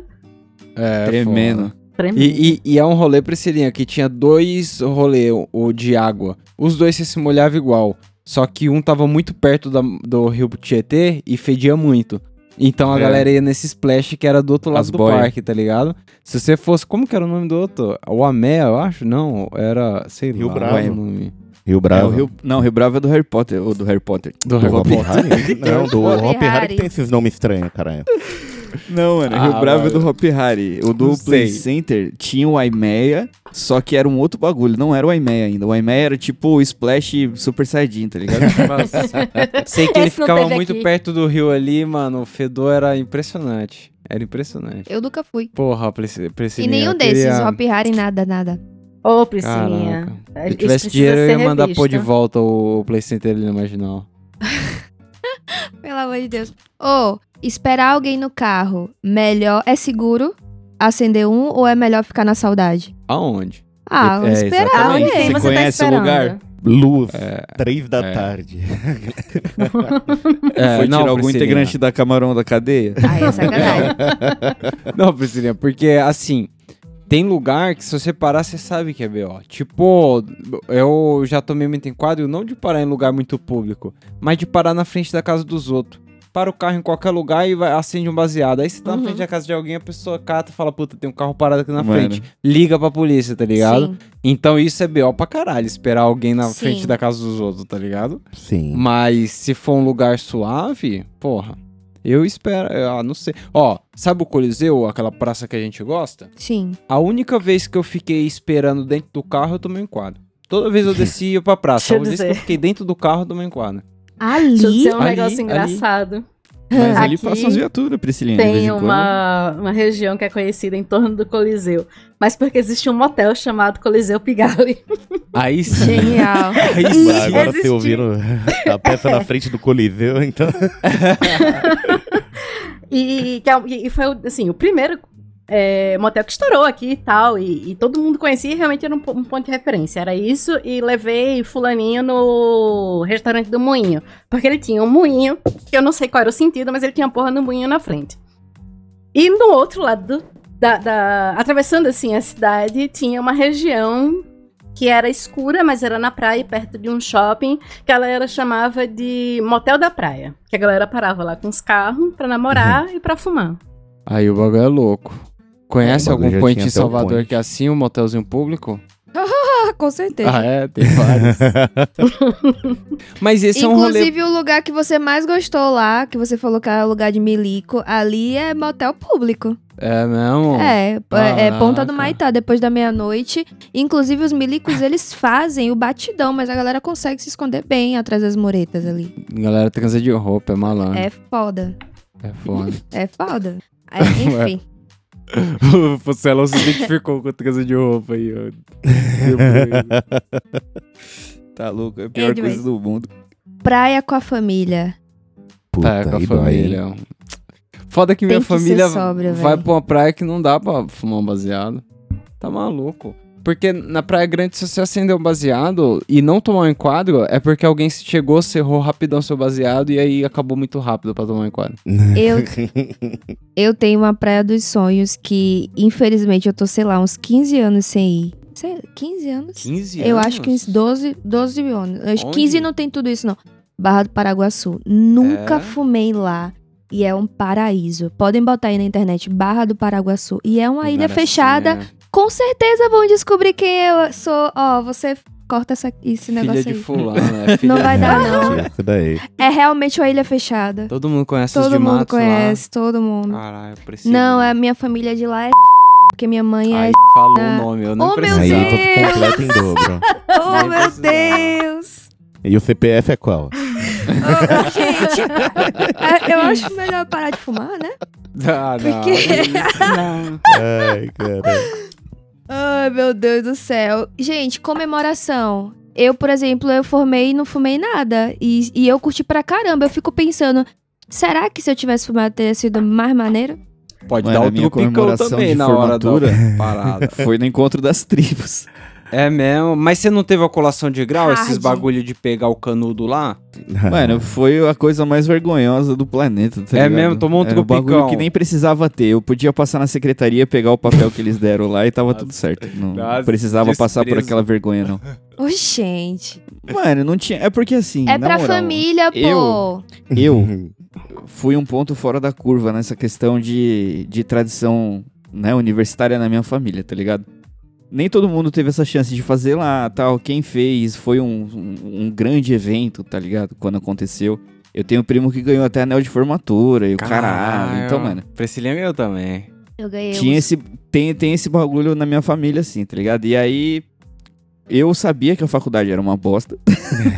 Speaker 4: É, foda.
Speaker 6: tremendo.
Speaker 3: Tremendo.
Speaker 4: E, e- e é um rolê, Priscilinha, que tinha dois rolê o- o de água. Os dois você se molhava igual. Só que um tava muito perto da- do rio Tietê e fedia muito. Então a
Speaker 6: É.
Speaker 4: galera ia nesse splash que era do outro lado
Speaker 6: As
Speaker 4: do
Speaker 6: boia.
Speaker 4: parque, tá ligado? Se você fosse. Como que era o nome do outro? O Amé, eu acho? Não, era. Sei
Speaker 5: Rio
Speaker 4: lá.
Speaker 5: Bravo.
Speaker 4: o nome.
Speaker 5: Rio
Speaker 6: É, o
Speaker 5: Bravo.
Speaker 6: Rio, não, o Rio Bravo é do Harry Potter, ou do Harry Potter.
Speaker 4: Do
Speaker 5: Do
Speaker 4: Harry
Speaker 5: Hop
Speaker 4: Potter.
Speaker 5: Harry? Não, do
Speaker 2: Hop
Speaker 5: Hop Harry
Speaker 2: Harry.
Speaker 5: que tem esses nomes estranhos, caralho.
Speaker 6: Não, mano,
Speaker 4: Ah,
Speaker 6: Rio Bravo é
Speaker 4: mano.
Speaker 6: do Hop Harry. O
Speaker 4: Não
Speaker 6: do Play
Speaker 4: sei.
Speaker 6: Center tinha o Aimeia, só que era um outro bagulho, não era o Aimeia ainda. O Aimeia era tipo o Splash Super Saiyajin, tá *laughs* ligado?
Speaker 4: *laughs* Sei que ele
Speaker 3: Esse não
Speaker 4: ficava
Speaker 3: teve
Speaker 4: muito
Speaker 3: aqui.
Speaker 4: perto do rio ali, mano. O fedor era impressionante. Era impressionante.
Speaker 2: Eu nunca fui.
Speaker 4: Porra, Prisci- Priscilinha.
Speaker 2: E nenhum
Speaker 4: eu
Speaker 2: desses,
Speaker 4: queria-
Speaker 2: Hop Harry, nada, nada.
Speaker 4: Caraca.
Speaker 3: Ô, Priscilinha.
Speaker 4: Se
Speaker 3: isso
Speaker 4: eu tivesse
Speaker 3: precisa
Speaker 4: dinheiro, eu
Speaker 3: ser
Speaker 4: ia mandar pôr de
Speaker 3: revisto.
Speaker 4: volta o Play Center ali na Marginal.
Speaker 2: Pelo amor de Deus. Ô, esperar alguém no carro, melhor. É seguro acender um ou é melhor ficar na saudade?
Speaker 4: *laughs* Aonde?
Speaker 2: Ah,
Speaker 4: É,
Speaker 2: vamos esperar
Speaker 6: exatamente.
Speaker 2: alguém.
Speaker 6: Você
Speaker 3: Quem
Speaker 6: conhece o
Speaker 3: tá esperando?
Speaker 6: lugar?
Speaker 5: Luz, três da
Speaker 4: é.
Speaker 5: tarde.
Speaker 4: É,
Speaker 6: Foi tirar algum
Speaker 4: Priscilinha.
Speaker 6: integrante da camarão da cadeia?
Speaker 2: Ai, é sacanagem.
Speaker 4: *laughs* Não, Priscilinha, porque assim, tem lugar que se você parar, você sabe que é B.O. Tipo, eu já tomei muito enquadro, não de parar em lugar muito público, mas de parar na frente da casa dos outros. Para o carro em qualquer lugar e vai- acende um baseado. Aí você tá na
Speaker 2: Uhum.
Speaker 4: frente da casa de alguém, a pessoa cata e fala, puta, tem um carro parado aqui na
Speaker 6: Mano.
Speaker 4: frente. Liga pra polícia, tá ligado?
Speaker 2: Sim.
Speaker 4: Então isso é B.O. pra caralho, esperar alguém na
Speaker 2: Sim.
Speaker 4: frente da casa dos outros, tá ligado?
Speaker 5: Sim.
Speaker 4: Mas se for um lugar suave, porra, eu espero. Ah, não sei. Ó, sabe o Coliseu, aquela praça que a gente gosta?
Speaker 2: Sim.
Speaker 4: A única vez que eu fiquei esperando dentro do carro, eu tomei um quadro. Toda vez eu desci e ia pra praça. A
Speaker 3: Deixa eu
Speaker 4: única vez que eu
Speaker 3: dizer.
Speaker 4: fiquei dentro do carro, eu tomei um quadro.
Speaker 3: Deixa eu
Speaker 2: Ali? *laughs*
Speaker 3: dizer um
Speaker 4: Ali,
Speaker 3: negócio
Speaker 4: ali.
Speaker 3: engraçado.
Speaker 6: Mas
Speaker 3: Ah,
Speaker 6: ali
Speaker 3: aqui
Speaker 6: passam as viaturas, Priscilinha. de vez em
Speaker 3: Tem
Speaker 6: quando.
Speaker 3: uma, uma região que é conhecida em torno do Coliseu. Mas porque existe um motel chamado Coliseu Pigali.
Speaker 4: Aí
Speaker 5: *laughs*
Speaker 4: sim.
Speaker 2: Genial.
Speaker 4: aí
Speaker 5: Mas
Speaker 4: sim.
Speaker 5: Agora
Speaker 3: Existe.
Speaker 5: você ouvindo a peça na frente do Coliseu, então.
Speaker 3: E, que é o- e e foi o- assim, o primeiro é, motel que estourou aqui e tal. E, e todo mundo conhecia e realmente era um, po- um ponto de referência. Era isso. E levei fulaninho no restaurante do Moinho. Porque ele tinha um moinho, que eu não sei qual era o sentido, mas ele tinha uma porra no moinho na frente. E no outro lado, da, da- atravessando assim a cidade, tinha uma região que era escura, mas era na praia, perto de um shopping, que a galera chamava de motel da praia. Que a galera parava lá com os carros pra namorar
Speaker 4: Uhum.
Speaker 3: e pra fumar.
Speaker 4: Aí o bagulho é louco. Conhece
Speaker 5: É, O bagulho
Speaker 4: algum
Speaker 5: já
Speaker 4: point
Speaker 5: tinha
Speaker 4: em
Speaker 5: até o
Speaker 4: Salvador
Speaker 5: point.
Speaker 4: que é assim, um motelzinho público?
Speaker 2: Ah, com certeza.
Speaker 4: Ah, é, tem vários. Mas esse é um rolê
Speaker 2: Inclusive, o lugar que você mais gostou lá, que você falou que era lugar de milico, ali é motel público.
Speaker 4: É mesmo?
Speaker 2: É, é, é Ponta
Speaker 4: Caraca.
Speaker 2: do Maitá, depois da meia-noite. Inclusive, os milicos, eles fazem o batidão, mas a galera consegue se esconder bem atrás das muretas ali.
Speaker 4: Galera transa de roupa, é malandro.
Speaker 2: É foda.
Speaker 4: É foda. *laughs*
Speaker 2: É foda. É, enfim.
Speaker 4: o Focelão se identificou com a trança de roupa aí, ó.
Speaker 5: *laughs*
Speaker 4: Deu
Speaker 6: Tá louco, é a pior
Speaker 2: Anyways.
Speaker 6: coisa do mundo.
Speaker 2: Praia com a família.
Speaker 5: Puta,
Speaker 4: pra- Tá, com a
Speaker 5: aí dói, hein?
Speaker 4: família. Foda que minha
Speaker 2: Tem que ser
Speaker 4: família
Speaker 2: sóbrio,
Speaker 4: vai
Speaker 2: velho.
Speaker 4: pra uma praia que não dá pra fumar um baseado. Tá maluco. Porque na Praia Grande, se você acender um baseado e não tomar um enquadro, é porque alguém se chegou, cerrou rapidão seu baseado e aí acabou muito rápido pra tomar um enquadro. *laughs*
Speaker 2: Eu, eu tenho uma praia dos sonhos que, infelizmente, eu tô, sei lá, uns 15 anos sem ir. Sei, 15 anos?
Speaker 4: 15
Speaker 2: Eu acho que uns 12, 12 anos. Acho que 15
Speaker 4: Onde?
Speaker 2: não tem tudo isso, não. Barra do Paraguaçu. Nunca
Speaker 4: É?
Speaker 2: fumei lá. E é um paraíso. Podem botar aí na internet, Barra do Paraguaçu. E é uma ilha fechada.
Speaker 4: é
Speaker 2: Com certeza vão descobrir quem eu sou. Ó, você corta essa- esse
Speaker 4: Filha
Speaker 2: negócio
Speaker 4: de
Speaker 2: aí.
Speaker 4: fulano,
Speaker 2: *laughs*
Speaker 4: né? Filha
Speaker 2: Não vai
Speaker 4: de-
Speaker 2: dar, não.
Speaker 5: Tira Isso daí.
Speaker 2: É realmente uma ilha fechada.
Speaker 4: Todo mundo conhece os de
Speaker 2: Todo mundo
Speaker 4: Matos
Speaker 2: conhece, todo mundo.
Speaker 6: Ah,
Speaker 4: lá. Caralho, eu preciso.
Speaker 2: Não, a minha família de lá é *laughs* porque minha mãe é. *laughs*
Speaker 4: Aí falou o nome, eu não
Speaker 2: Oh, meu
Speaker 5: Aí
Speaker 4: precisava.
Speaker 2: Deus!
Speaker 5: tu completa em dobro.
Speaker 2: oh,
Speaker 4: nem
Speaker 2: meu
Speaker 4: precisava.
Speaker 2: *laughs* Deus!
Speaker 5: E o CPF é qual?
Speaker 2: Oh, gente, é, eu acho melhor parar de fumar, né?
Speaker 4: Ah, não.
Speaker 2: Porque-
Speaker 6: é
Speaker 4: isso não.
Speaker 5: Ai, cara.
Speaker 2: Ai, meu Deus do céu. Gente, comemoração. Eu, por exemplo, eu formei e não fumei nada. E, e eu curti pra caramba. Eu fico pensando, será que se eu tivesse fumado teria sido mais maneiro?
Speaker 4: Pode
Speaker 6: Mano,
Speaker 4: dar
Speaker 6: a
Speaker 4: o
Speaker 6: minha
Speaker 4: trupicão
Speaker 6: comemoração
Speaker 4: também
Speaker 6: de
Speaker 4: na hora da
Speaker 6: formatura.
Speaker 4: *laughs* parada.
Speaker 6: Foi no encontro das
Speaker 4: *laughs*
Speaker 6: tribos.
Speaker 4: É mesmo. Mas você não teve a colação de grau, esses
Speaker 2: Hard.
Speaker 4: bagulho de pegar o canudo lá?
Speaker 6: Mano, foi a coisa mais vergonhosa do planeta, tá
Speaker 4: É
Speaker 6: ligado?
Speaker 4: mesmo, tomou um
Speaker 6: Era bagulho
Speaker 4: tropicão.
Speaker 6: que nem precisava ter. Eu podia passar na secretaria, pegar o papel que eles deram lá e tava tudo certo. Não
Speaker 4: Nossa,
Speaker 6: precisava passar por
Speaker 4: desprezo.
Speaker 6: aquela vergonha, não.
Speaker 2: Ô, gente.
Speaker 6: Mano, não tinha. É porque assim.
Speaker 2: É
Speaker 6: na
Speaker 2: pra
Speaker 6: moral,
Speaker 2: família, pô.
Speaker 6: eu-
Speaker 5: *laughs*
Speaker 6: Eu fui um ponto fora da curva nessa questão de, de tradição né, universitária na minha família, tá ligado? Nem todo mundo teve essa chance de fazer lá, tal. Quem fez foi um, um, um grande evento, tá ligado? Quando aconteceu. Eu tenho um primo que ganhou até anel de formatura e o caralho. Então, mano,
Speaker 4: Priscilinha ganhou também.
Speaker 2: Eu ganhei. um.
Speaker 6: tinha
Speaker 2: uns-
Speaker 6: esse, tem, tem esse bagulho na minha família, assim, tá ligado? E aí, eu sabia que a faculdade era uma bosta.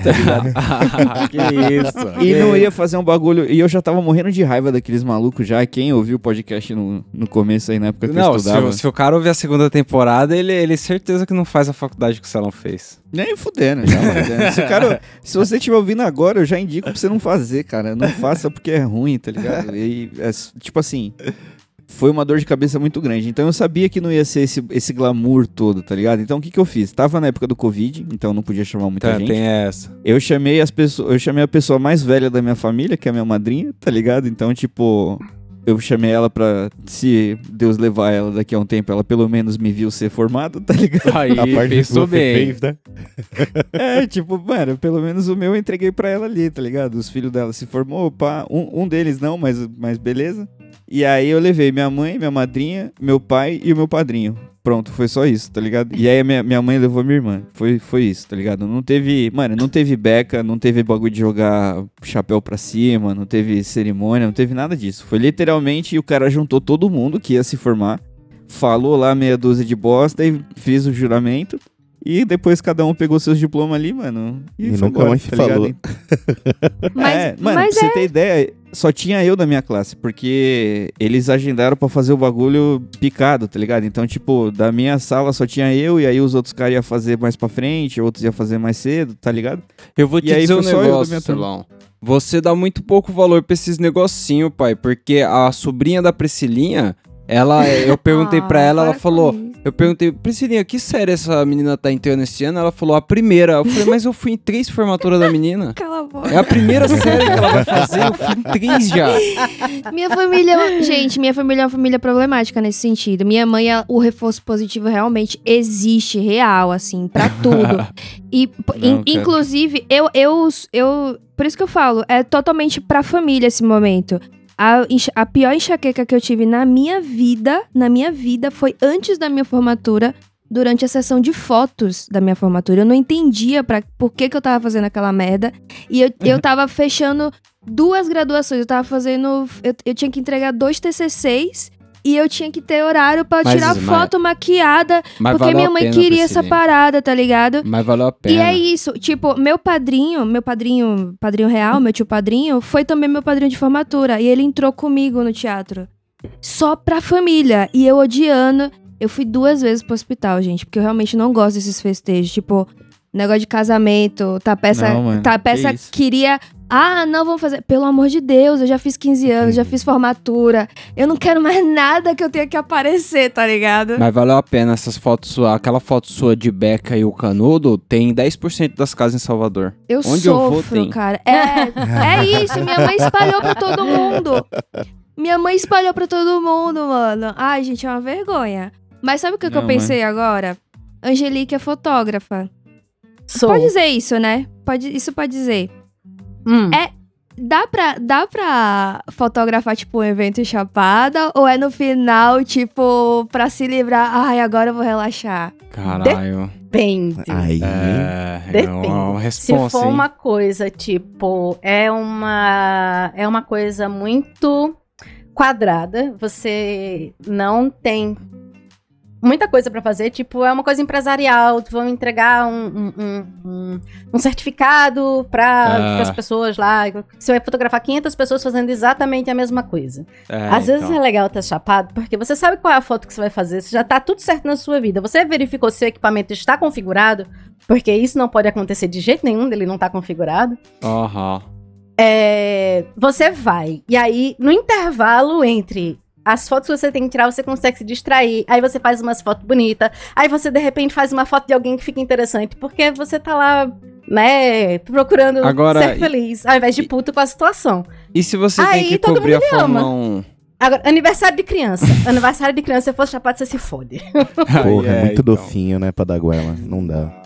Speaker 4: Tá *laughs*
Speaker 6: *laughs*
Speaker 4: que isso.
Speaker 6: E não ia fazer um bagulho. E eu já tava morrendo de raiva daqueles malucos já. Quem ouviu o podcast no, no começo aí, na época que eu
Speaker 4: Não, se,
Speaker 6: estudava.
Speaker 4: o- se o cara ouvir a segunda temporada, ele, ele certeza que não faz a faculdade que o Celão fez.
Speaker 6: Nem fudendo, jamais, né? se, o cara, se você estiver ouvindo agora, eu já indico pra você não fazer, cara. Não faça porque é ruim, tá ligado? E, é s- tipo assim, foi uma dor de cabeça muito grande. Então eu sabia que não ia ser esse, esse glamour todo, tá ligado? Então o que, que eu fiz? Tava na época do Covid, então não podia chamar muita
Speaker 4: Tá,
Speaker 6: gente.
Speaker 4: tem
Speaker 6: *laughs*
Speaker 4: essa.
Speaker 6: Eu chamei as pessoas, eu chamei a pessoa mais velha da minha família, que é a minha madrinha, tá ligado? Então, tipo, eu chamei ela pra se Deus levar ela daqui a um tempo, ela pelo menos me viu ser formado, tá ligado? *laughs*
Speaker 4: Aí,
Speaker 5: a parte que
Speaker 4: pensou
Speaker 5: você
Speaker 4: bem.
Speaker 5: fez, né?
Speaker 6: É, tipo, mano, pelo menos o meu eu entreguei pra ela ali, tá ligado? Os filhos dela se formou, pá, um, um deles não, mas, mas beleza. E aí eu levei minha mãe, minha madrinha, meu pai e o meu padrinho. Pronto, foi só isso, tá ligado? E aí a minha, minha mãe levou minha irmã. Foi, foi isso, tá ligado? Não teve, mano, não teve beca, não teve bagulho de jogar chapéu pra cima, não teve cerimônia, não teve nada disso. Foi literalmente o cara juntou todo mundo que ia se formar, falou lá meia dúzia de bosta e fez o juramento. E depois cada um pegou seus diplomas ali, mano. E,
Speaker 5: E
Speaker 6: foi
Speaker 5: nunca
Speaker 6: embora,
Speaker 5: mais se
Speaker 6: tá ligado?
Speaker 5: falou.
Speaker 2: Mas,
Speaker 6: *laughs* é, mano,
Speaker 2: mas
Speaker 6: pra
Speaker 2: é.
Speaker 6: você ter ideia, só tinha eu da minha classe, porque eles agendaram pra fazer o bagulho picado, tá ligado? Então, tipo, da minha sala só tinha eu, e aí os outros caras iam fazer mais pra frente, outros iam fazer mais cedo, tá ligado?
Speaker 4: Eu vou te
Speaker 6: E aí
Speaker 4: dizer um
Speaker 6: foi só eu da
Speaker 4: negócio,
Speaker 6: minha turma.
Speaker 4: Celão. Você dá muito pouco valor pra esses negocinho, pai, porque a sobrinha da Priscilinha, ela, eu perguntei
Speaker 2: Ah,
Speaker 4: pra ela, ela
Speaker 2: para com
Speaker 4: falou,
Speaker 2: isso.
Speaker 4: eu perguntei, Priscilinha, que série essa menina tá entrando esse ano? Ela falou, a primeira. Eu falei, mas eu fui em três formaturas da menina.
Speaker 2: Cala a boca.
Speaker 4: É a primeira série que ela vai fazer, eu fui em três já.
Speaker 2: *laughs* Minha família, é uma- gente, minha família é uma família problemática nesse sentido. Minha mãe, ela- o reforço positivo realmente existe, real,
Speaker 4: *laughs*
Speaker 2: assim, pra tudo. E, p- in-
Speaker 6: Não, cara.
Speaker 2: inclusive, eu, eu, eu, por isso que eu falo, é totalmente pra família esse momento. A, enx- a pior enxaqueca que eu tive na minha vida, na minha vida, foi antes da minha formatura, durante a sessão de fotos da minha formatura. Eu não entendia pra, por que, que eu tava fazendo aquela merda. E eu,
Speaker 4: Uhum.
Speaker 2: eu tava fechando duas graduações. Eu tava fazendo. Eu, eu tinha que entregar dois TCCs e eu tinha que ter horário pra
Speaker 4: Mas-
Speaker 2: tirar
Speaker 4: mas-
Speaker 2: foto maquiada.
Speaker 4: Mas
Speaker 2: porque
Speaker 4: valeu
Speaker 2: minha
Speaker 4: a
Speaker 2: mãe
Speaker 4: pena,
Speaker 2: queria essa
Speaker 4: Priscilinha.
Speaker 2: parada, tá ligado?
Speaker 4: Mas valeu a pena.
Speaker 2: E é isso, tipo, meu padrinho, meu padrinho, padrinho real, meu tio padrinho, foi também meu padrinho de formatura. E ele entrou comigo no teatro. só pra família. E eu odiando. Eu fui duas vezes pro hospital, gente, porque eu realmente não gosto desses festejos. Tipo, negócio de casamento, tá peça,
Speaker 6: Não, mano,
Speaker 2: tá
Speaker 6: que
Speaker 2: peça
Speaker 6: isso.
Speaker 2: queria. Ah, não, vamos fazer. Pelo amor de Deus, eu já fiz 15 anos, já fiz formatura. Eu não quero mais nada que eu tenha que aparecer, tá ligado?
Speaker 4: Mas valeu a pena essas fotos sua, aquela foto sua de Beca e o Canudo tem 10% das casas em Salvador.
Speaker 2: Eu
Speaker 4: Onde eu vou,
Speaker 2: sofro,
Speaker 4: tem.
Speaker 2: cara. É, é isso, minha mãe espalhou pra todo mundo. Minha mãe espalhou pra todo mundo, mano. Ai, gente, é uma vergonha. Mas sabe o que, que
Speaker 6: Não,
Speaker 2: eu
Speaker 4: né?
Speaker 2: pensei agora? Angelique é fotógrafa.
Speaker 3: Sou.
Speaker 2: Pode dizer isso, né? Pode, isso pode dizer.
Speaker 3: Hum.
Speaker 2: Dá pra, dá pra fotografar, tipo, um evento em Chapada? Ou é no final, tipo, pra se livrar? Ai, agora eu vou relaxar.
Speaker 4: Caralho.
Speaker 3: Depende.
Speaker 5: Aí,
Speaker 4: É,
Speaker 3: Depende.
Speaker 4: é uma, uma
Speaker 3: Se
Speaker 4: resposta,
Speaker 3: for
Speaker 4: hein?
Speaker 3: uma coisa, tipo, é uma é uma coisa muito quadrada, você não tem muita coisa pra fazer, tipo, é uma coisa empresarial, vão entregar um, um, um- um- um certificado para
Speaker 4: Ah.
Speaker 3: as pessoas lá, você vai fotografar 500 pessoas fazendo exatamente a mesma coisa.
Speaker 4: É,
Speaker 3: Às vezes
Speaker 4: então.
Speaker 3: é legal estar chapado, porque você sabe qual é a foto que você vai fazer, você já tá tudo certo na sua vida. Você verificou se o equipamento está configurado, porque isso não pode acontecer de jeito nenhum dele não estar configurado.
Speaker 4: Aham.
Speaker 3: É, você vai, e aí no intervalo entre as fotos que você tem que tirar, você consegue se distrair, aí você faz umas fotos bonitas, aí você de repente faz uma foto de alguém que fica interessante, porque você tá lá, né, procurando
Speaker 4: Agora,
Speaker 3: ser
Speaker 4: e-
Speaker 3: feliz, ao invés de
Speaker 4: e-
Speaker 3: puto com a situação.
Speaker 4: E se você
Speaker 3: Aí
Speaker 4: tem que
Speaker 3: todo
Speaker 4: cobrir a
Speaker 3: mundo me ama.
Speaker 4: Fórmula 1?
Speaker 3: Agora, aniversário de criança. aniversário de criança, se eu fosse chapado, você se fode.
Speaker 5: Porra, é,
Speaker 4: Aí
Speaker 5: muito
Speaker 4: então.
Speaker 5: docinho, né, pra dar goela. Não dá.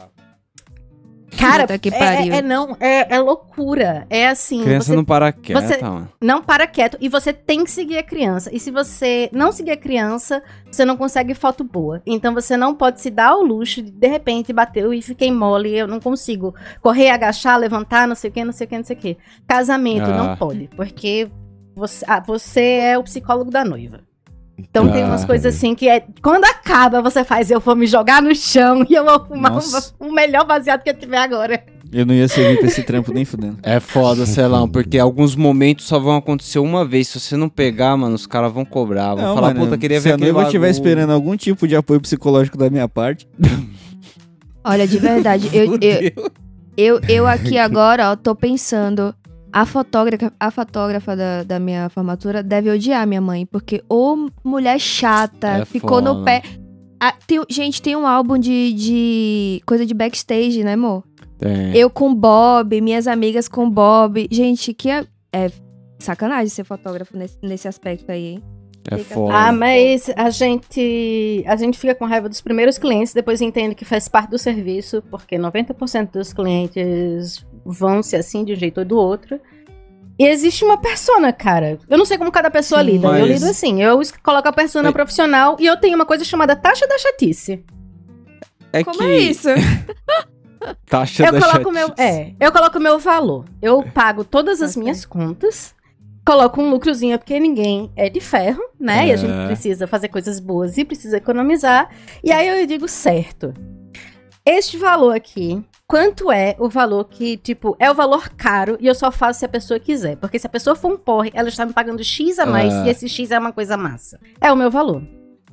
Speaker 3: Cara,
Speaker 2: Puta que
Speaker 3: é-
Speaker 2: pariu.
Speaker 3: É, é não, é, é loucura. É assim,
Speaker 4: Criança
Speaker 3: você não...
Speaker 4: não para quieta,
Speaker 3: você-
Speaker 4: mano.
Speaker 3: para quieto e você tem que seguir a criança. E se você não seguir a criança, você não consegue foto boa. Então você não pode se dar ao luxo de de repente bateu e fiquei mole, eu não consigo correr, agachar, levantar, não sei o que, não sei o que, não sei o que. Casamento
Speaker 4: Ah.
Speaker 3: não pode, porque você, ah, você é o psicólogo da noiva. Então tem umas
Speaker 4: Ah.
Speaker 3: coisas assim que é. Quando acaba, você faz, eu vou me jogar no chão e eu vou fumar
Speaker 4: Nossa.
Speaker 3: um, o melhor baseado que eu tiver agora.
Speaker 6: Eu não ia servir pra esse trampo nem
Speaker 4: *laughs*
Speaker 6: fudendo.
Speaker 4: É foda, Celão, porque alguns momentos só vão acontecer uma vez. Se você não pegar, mano, os caras vão cobrar. Vão falar, puta, queria
Speaker 6: se
Speaker 4: ver
Speaker 6: a
Speaker 4: aquele
Speaker 6: noiva estiver
Speaker 4: bagulho.
Speaker 6: esperando algum tipo de apoio psicológico da minha parte,
Speaker 2: Olha, de verdade, eu, eu,
Speaker 4: Fudeu.
Speaker 2: Eu, eu aqui agora, ó, tô pensando. A fotógrafa, a fotógrafa da, da minha formatura deve odiar minha mãe, porque ô mulher chata,
Speaker 4: É
Speaker 2: ficou no
Speaker 4: foda.
Speaker 2: pé. Ah, tem- gente, tem um álbum de, de coisa de backstage, né, amor?
Speaker 4: Tem.
Speaker 2: Eu com Bob, minhas amigas com Bob. Gente, que é, é sacanagem ser fotógrafo nesse, nesse aspecto aí, hein?
Speaker 4: É
Speaker 2: Fica-
Speaker 4: foda.
Speaker 3: Ah, mas a gente a gente fica com raiva dos primeiros clientes, depois entende que faz parte do serviço, porque 90% dos clientes vão se assim de um jeito ou do outro. E existe uma persona, cara. Eu não sei como cada pessoa
Speaker 2: Sim.
Speaker 3: lida.
Speaker 4: Mas-
Speaker 3: Eu lido assim. Eu es- coloco a persona
Speaker 4: Mas-
Speaker 3: profissional e eu tenho uma coisa chamada taxa da chatice.
Speaker 4: é
Speaker 2: Como
Speaker 4: que
Speaker 2: é isso?
Speaker 4: taxa
Speaker 3: Eu
Speaker 4: da
Speaker 3: coloco meu,
Speaker 4: chatice.
Speaker 3: é, eu coloco meu valor. Eu
Speaker 4: É.
Speaker 3: pago todas as minhas contas. Coloco um lucrozinho porque ninguém é de ferro, né? E a gente
Speaker 4: É.
Speaker 3: precisa fazer coisas boas e precisa economizar. E aí eu digo certo. Este valor aqui, quanto é o valor que, tipo, é o valor caro e eu só faço se a pessoa quiser. Porque se a pessoa for um porre, ela está me pagando X a mais
Speaker 4: É.
Speaker 3: e esse X é uma coisa massa. É o meu valor.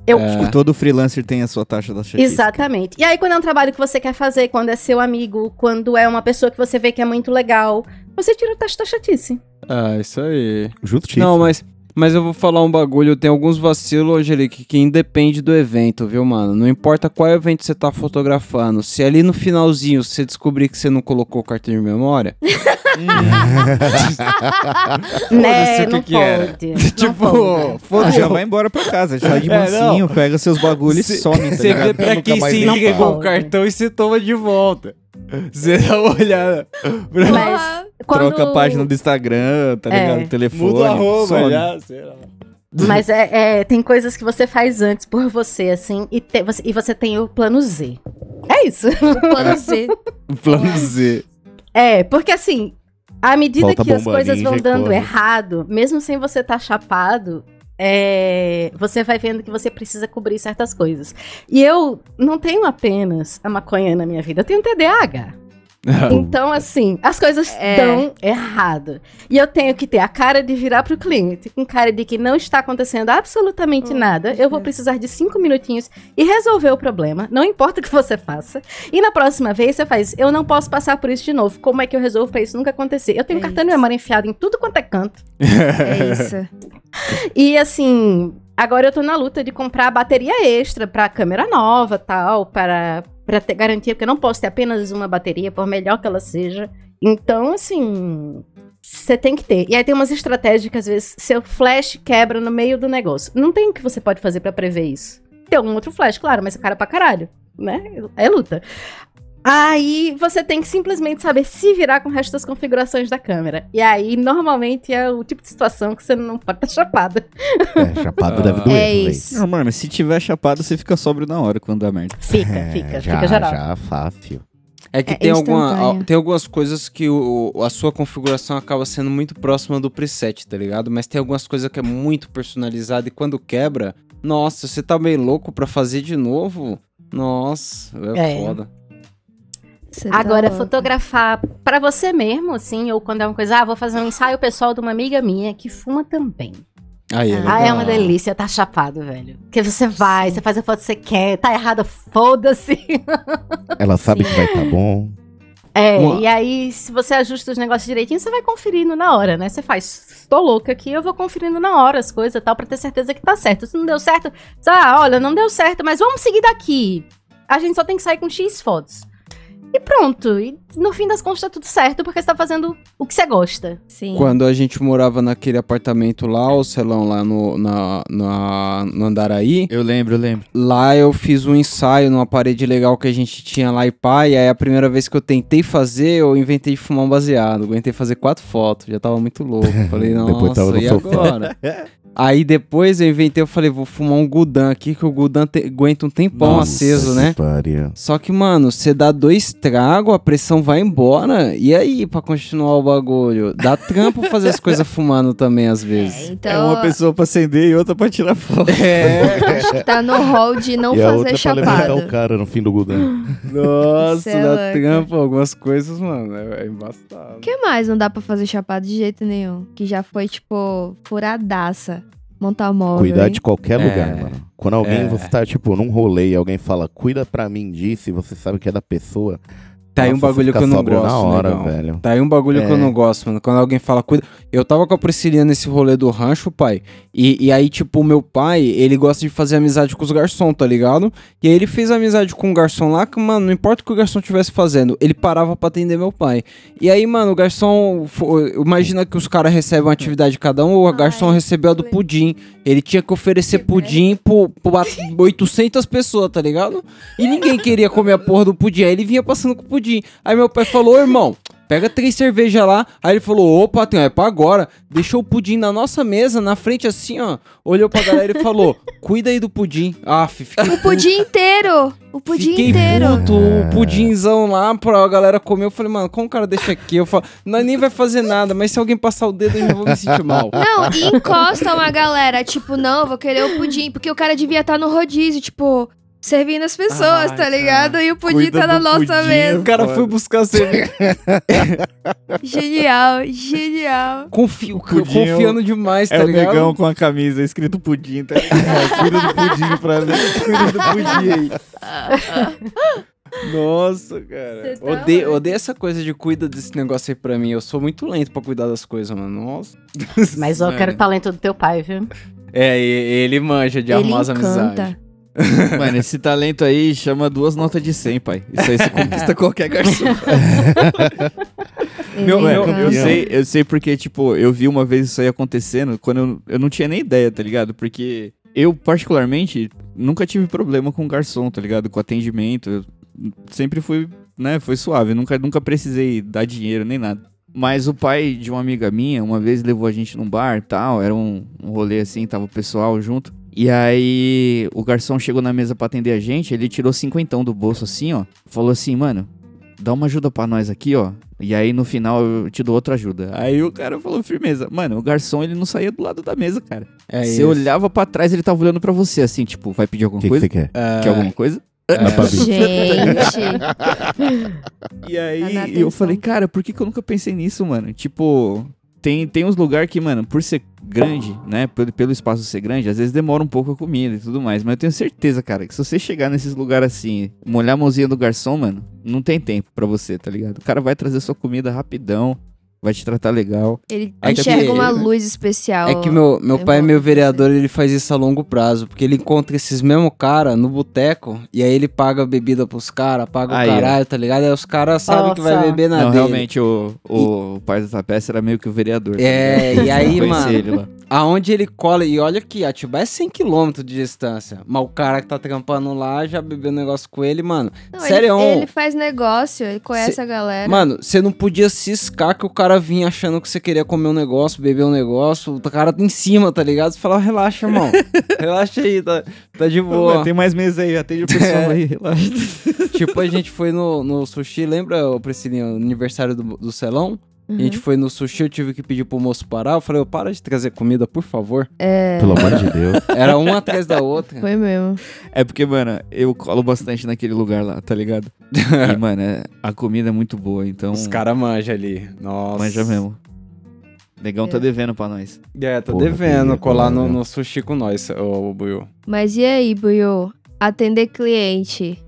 Speaker 3: Eu
Speaker 4: É.
Speaker 6: acho que tipo, todo freelancer tem a sua taxa da chatice.
Speaker 3: Exatamente. E aí, quando é um trabalho que você quer fazer, quando é seu amigo, quando é uma pessoa que você vê que é muito legal, você tira o teste da chatice.
Speaker 4: É, isso aí.
Speaker 5: Justíssimo.
Speaker 4: Não, mas, mas eu vou falar um bagulho. Tem alguns vacilos, Angelique, que independe do evento, viu, mano? Não importa qual evento você tá fotografando. Se ali no finalzinho você descobrir que você não colocou o cartão de memória,
Speaker 3: Né?
Speaker 4: o que
Speaker 3: Não
Speaker 4: que era. *laughs*
Speaker 3: pode. Não
Speaker 2: Tá
Speaker 4: tipo,
Speaker 3: pode.
Speaker 6: Ah,
Speaker 4: foda-se.
Speaker 6: já vai embora pra casa, já
Speaker 4: *laughs*
Speaker 6: de
Speaker 4: É,
Speaker 6: mansinho, pega seus bagulhos e
Speaker 4: Se-
Speaker 6: some. tá
Speaker 4: Você
Speaker 6: ligado?
Speaker 4: vê pra
Speaker 5: Nunca
Speaker 4: quem
Speaker 5: mais
Speaker 4: se
Speaker 5: nem
Speaker 4: entregou
Speaker 3: fala.
Speaker 4: o cartão e você toma de volta. Você dá uma olhada. Pra...
Speaker 3: Mas quando...
Speaker 6: Troca a página do Instagram, tá
Speaker 3: É.
Speaker 6: ligado? O Telefone.
Speaker 4: Muda a roupa
Speaker 6: some.
Speaker 4: já, sei lá.
Speaker 3: Mas é, é, tem coisas que você faz antes por você, assim, e, te- você, e você tem o plano Z. É isso.
Speaker 2: O plano Z.
Speaker 4: Plano Z.
Speaker 3: É, porque assim, à medida
Speaker 5: Falta
Speaker 3: que as
Speaker 5: bomba
Speaker 3: coisas vão
Speaker 5: ninja e
Speaker 3: dando
Speaker 5: coisa.
Speaker 3: errado, mesmo sem você estar chapado, é, você vai vendo que você precisa cobrir
Speaker 5: *laughs*
Speaker 3: certas coisas. E eu não tenho apenas um a maconha na minha vida, eu tenho TDAH. Então, assim, as coisas
Speaker 2: É.
Speaker 3: estão errado. E eu tenho que ter a cara de virar pro cliente, com cara de que não está acontecendo absolutamente
Speaker 2: Oh,
Speaker 3: nada. Eu vou
Speaker 2: Deus.
Speaker 3: precisar de cinco minutinhos e resolver o problema. Não importa o que você faça. E na próxima vez você faz, eu não posso passar por isso de novo. Como é que eu resolvo pra isso nunca acontecer? Eu tenho
Speaker 2: É
Speaker 3: cartão de
Speaker 2: isso.
Speaker 3: memória enfiado em tudo quanto é canto.
Speaker 2: É isso.
Speaker 3: E assim, agora eu tô na luta de comprar bateria extra pra câmera nova, tal, para para ter garantia porque eu não posso ter apenas uma bateria, por melhor que ela seja. Então, assim, você tem que ter. E aí tem umas estratégias que às vezes seu flash quebra no meio do negócio. Não tem o que você pode fazer pra prever isso. Tem algum outro flash, claro, mas o cara é pra caralho, né? É luta. Aí você tem que simplesmente saber se virar com o resto das configurações da câmera. E aí, normalmente, é o tipo de situação que você não pode estar chapada.
Speaker 5: É, chapado deve
Speaker 6: Ah.
Speaker 5: doer.
Speaker 2: É
Speaker 5: velho.
Speaker 2: isso.
Speaker 6: Não, mano, mas se tiver chapado, você fica sóbrio na hora quando dá merda.
Speaker 3: Fica,
Speaker 5: É,
Speaker 3: fica,
Speaker 5: já,
Speaker 3: fica geral.
Speaker 5: Já, fácil.
Speaker 4: É que
Speaker 2: É
Speaker 4: tem, alguma,
Speaker 2: instantânea.
Speaker 4: tem algumas coisas que o- a sua configuração acaba sendo muito próxima do preset, tá ligado? Mas tem algumas coisas que é muito personalizada e quando quebra, nossa, você tá meio louco pra fazer de novo? Nossa, é,
Speaker 3: É.
Speaker 4: foda.
Speaker 2: Você tá
Speaker 3: Agora,
Speaker 2: louco.
Speaker 3: fotografar pra você mesmo, assim, ou quando é uma coisa, ah, vou fazer um ensaio pessoal de uma amiga minha que fuma também.
Speaker 4: Aí, é
Speaker 3: Ah, é uma
Speaker 4: legal.
Speaker 3: delícia, tá chapado, velho. Porque você vai, você faz a foto que você quer, tá errada, foda-se.
Speaker 5: Ela sabe que vai estar bom.
Speaker 3: É,
Speaker 4: Uma-
Speaker 3: e aí, se você ajusta os negócios direitinho, você vai conferindo na hora, né? Você faz, tô louca aqui, eu vou conferindo na hora as coisas e tal, pra ter certeza que tá certo. Se não deu certo, você, ah, olha, não deu certo, mas vamos seguir daqui. A gente só tem que sair com X fotos. E pronto, e no fim das contas tá tudo certo, porque você tá fazendo o que você gosta.
Speaker 2: Sim.
Speaker 4: Quando a gente morava naquele apartamento lá, o celão lá no, na, na- no Andaraí,
Speaker 6: Eu lembro, eu lembro.
Speaker 4: lá eu fiz um ensaio numa parede legal que a gente tinha lá e pá, e aí a primeira vez que eu tentei fazer, eu inventei de fumar um baseado. Aguentei fazer quatro fotos, já tava muito louco.
Speaker 5: *laughs*
Speaker 4: Falei, nossa,
Speaker 5: Depois tava no
Speaker 4: e
Speaker 5: sofá."
Speaker 4: agora? aí depois eu inventei, eu falei, vou fumar um Gudan aqui, que o Gudan te- aguenta um tempão
Speaker 6: Nossa,
Speaker 4: aceso, né?
Speaker 5: Pariu.
Speaker 4: Só que, mano, você dá dois tragos, a pressão vai embora. E aí, pra continuar o bagulho? Dá trampo fazer as coisas *laughs* fumando também, às
Speaker 2: É,
Speaker 4: vezes.
Speaker 6: É
Speaker 2: então,
Speaker 6: uma pessoa pra acender e outra pra tirar foto.
Speaker 4: É.
Speaker 2: acho que tá no hall de não
Speaker 5: *laughs* e a outra
Speaker 2: fazer
Speaker 5: pra levantar o
Speaker 2: chapado.
Speaker 5: cara no fim do né?" Gudan.
Speaker 4: Nossa,
Speaker 2: Cê é
Speaker 4: dá
Speaker 2: louco.
Speaker 4: trampo algumas coisas, mano. É, é embaçado.
Speaker 2: O que mais não dá pra fazer chapado de jeito nenhum? Que já foi, tipo, furadaça. Montar móvel.
Speaker 5: Cuidar
Speaker 2: hein?
Speaker 5: de qualquer
Speaker 6: É.
Speaker 5: lugar, mano. Quando alguém,
Speaker 4: É.
Speaker 5: você tá, tipo, num rolê e alguém fala, cuida pra mim disso, e você sabe que é da pessoa.
Speaker 4: Tá aí um
Speaker 5: nossa, você
Speaker 4: bagulho
Speaker 5: fica
Speaker 4: que eu não
Speaker 5: sóbrio
Speaker 4: gosto.
Speaker 5: na hora,
Speaker 4: negão.
Speaker 5: velho.
Speaker 4: Tá aí um bagulho que eu
Speaker 6: É.
Speaker 4: não gosto, mano. Quando alguém fala, cuida. Eu tava com a Priscilia nesse rolê do rancho, pai. E, e aí, tipo, o meu pai, ele gosta de fazer amizade com os garçons, tá ligado? E aí ele fez amizade com o garçom lá, que, mano, não importa o que o garçom tivesse fazendo, ele parava pra atender meu pai. E aí, mano, o garçom. fo- Imagina que os caras recebem uma atividade cada um, o
Speaker 2: Ai,
Speaker 4: garçom recebeu a do
Speaker 2: lembro.
Speaker 4: pudim. Ele tinha que oferecer
Speaker 2: Que
Speaker 4: pudim pro, pro a- *laughs* 800 pessoas, tá ligado? E ninguém queria comer a porra do pudim. Aí ele vinha passando com o pudim. Aí meu pai falou, "Ô, irmão, pega três cervejas lá. Aí ele falou, opa, tem, é pra agora. Deixou o pudim na nossa mesa, na frente assim, ó. Olhou pra galera e falou, cuida aí do pudim. Aff, fiquei
Speaker 2: O pudim inteiro! O pudim
Speaker 4: Fiquei
Speaker 2: inteiro!
Speaker 4: puto, o pudinzão lá pra galera comer. Eu falei, mano, como o cara deixa aqui? Eu falo, nós nem vai fazer nada, mas se alguém passar o dedo, eu já vou me sentir
Speaker 2: *laughs*
Speaker 4: mal.
Speaker 2: Não, e encostam a galera, tipo, não, eu vou querer o pudim, porque o cara devia estar no rodízio, tipo, servindo as pessoas,
Speaker 4: Ai,
Speaker 2: tá ligado? E o pudim
Speaker 6: Ah, Cuida
Speaker 2: tá na
Speaker 6: do
Speaker 2: nossa
Speaker 6: pudim.
Speaker 2: mesa.
Speaker 4: O cara foi buscar cerveja.
Speaker 2: Genial, genial.
Speaker 4: Confio,
Speaker 6: Pudim é o-
Speaker 4: confiando demais, tá
Speaker 6: É o
Speaker 4: ligado?
Speaker 6: negão com a camisa escrito pudim, tá? *laughs* ligado? Cuida do pudim pra mim, cuida do pudim aí. Nossa, cara.
Speaker 2: Tá
Speaker 4: Odeio, odeio essa coisa de cuida desse negócio aí pra mim. Eu sou muito lento pra cuidar das coisas, mano. *laughs* Nossa.
Speaker 3: Mas eu quero o talento do teu pai, viu?
Speaker 4: É, e- ele manja de
Speaker 2: Ele
Speaker 4: arrumar as amizades.
Speaker 2: encanta.
Speaker 6: Mano, esse talento aí chama duas notas de 100, pai. Isso aí você
Speaker 3: *laughs*
Speaker 6: conquista qualquer garçom.
Speaker 2: Ele
Speaker 6: Meu, meu,
Speaker 2: encanta.
Speaker 6: eu sei, eu sei porque, tipo, eu vi uma vez isso aí acontecendo quando eu, eu não tinha nem ideia, tá ligado? Porque eu, particularmente, nunca tive problema com garçom, tá ligado? Com atendimento. Eu sempre fui, né, foi suave. Nunca, nunca precisei dar dinheiro nem nada. Mas o pai de uma amiga minha, uma vez levou a gente num bar e tal, era um, um rolê assim, tava o pessoal junto. E aí o garçom chegou na mesa pra atender a gente, ele tirou cinquentão do bolso assim, ó. Falou assim, mano, dá uma ajuda pra nós aqui, ó. E aí no final eu te dou outra ajuda. Aí o cara falou firmeza. Mano, o garçom ele não saía do lado da mesa, cara.
Speaker 4: É
Speaker 6: você
Speaker 4: isso.
Speaker 6: olhava pra trás, ele tava olhando pra você assim, tipo, vai
Speaker 5: O
Speaker 6: pedir alguma
Speaker 5: que, que
Speaker 6: coisa?
Speaker 5: você quer?
Speaker 4: Ah,
Speaker 6: Quer alguma coisa?
Speaker 5: Na Pabi.
Speaker 2: Gente.
Speaker 6: E aí
Speaker 2: Tá na
Speaker 6: eu
Speaker 2: atenção.
Speaker 6: falei, cara, por que, que eu nunca pensei nisso, mano? Tipo, tem, tem uns lugares que, mano, por ser grande, né? Pelo, pelo espaço ser grande, às vezes demora um pouco a comida e tudo mais. Mas eu tenho certeza, cara, que se você chegar nesses lugares assim, molhar a mãozinha do garçom, mano, não tem tempo pra você, tá ligado? O cara vai trazer sua comida rapidão, vai te tratar legal.
Speaker 2: Ele
Speaker 4: É que
Speaker 2: enxerga
Speaker 4: é-
Speaker 2: uma luz especial.
Speaker 4: É que meu, meu
Speaker 2: eu
Speaker 4: pai é
Speaker 2: vou
Speaker 4: meu
Speaker 2: acontecer.
Speaker 4: vereador, ele faz isso a longo prazo, porque ele encontra esses mesmo cara no boteco, e aí ele paga a bebida pros caras, paga
Speaker 6: Aí, ó.
Speaker 4: o caralho, tá ligado? Aí os caras sabem que vai
Speaker 3: Nossa.
Speaker 4: beber na
Speaker 6: não,
Speaker 4: dele.
Speaker 6: realmente, o, o pai do Tapece era meio que o vereador. tá
Speaker 4: É,
Speaker 6: ligado?
Speaker 4: e aí,
Speaker 6: Eu conheci
Speaker 4: mano,
Speaker 6: ele lá.
Speaker 4: aonde ele cola, e olha aqui, Atibaia é 100km de distância, mas o cara que tá trampando lá já bebeu um negócio com ele, mano.
Speaker 2: Não,
Speaker 4: Sério,
Speaker 2: ele,
Speaker 4: um-
Speaker 2: ele faz negócio, ele conhece
Speaker 4: Se-
Speaker 2: a galera.
Speaker 4: Mano, você não podia ciscar que o cara vinha achando que você queria comer um negócio, beber um negócio, o cara tá em cima, tá ligado? Você fala, relaxa,
Speaker 2: *laughs*
Speaker 4: irmão, relaxa aí, tá, tá de boa.
Speaker 6: Tem mais meses aí, atende o
Speaker 4: *laughs* É.
Speaker 6: pessoal aí, relaxa.
Speaker 4: Tipo, a gente foi no, no sushi, lembra, ô, Priscilinha, o aniversário do, do Celão?
Speaker 2: Uhum.
Speaker 4: A gente foi no sushi, eu tive que pedir pro moço parar. Eu falei, ô, para de trazer comida, por favor.
Speaker 2: É.
Speaker 5: Pelo amor de Deus.
Speaker 4: Era uma atrás da outra.
Speaker 2: Foi mesmo.
Speaker 6: É porque, mano, eu colo bastante naquele lugar lá, tá ligado?
Speaker 4: *laughs*
Speaker 6: E, mano, é- a comida é muito boa, então.
Speaker 4: Os caras manjam ali. Nossa.
Speaker 6: Manja mesmo. Negão tá
Speaker 2: É.
Speaker 6: devendo pra nós.
Speaker 4: É, tô
Speaker 5: Porra,
Speaker 4: devendo
Speaker 5: queria,
Speaker 4: colar
Speaker 5: porra,
Speaker 4: no,
Speaker 5: né?
Speaker 4: no sushi com nós, ô, Buiu.
Speaker 2: Mas e aí, Buiu? Atender cliente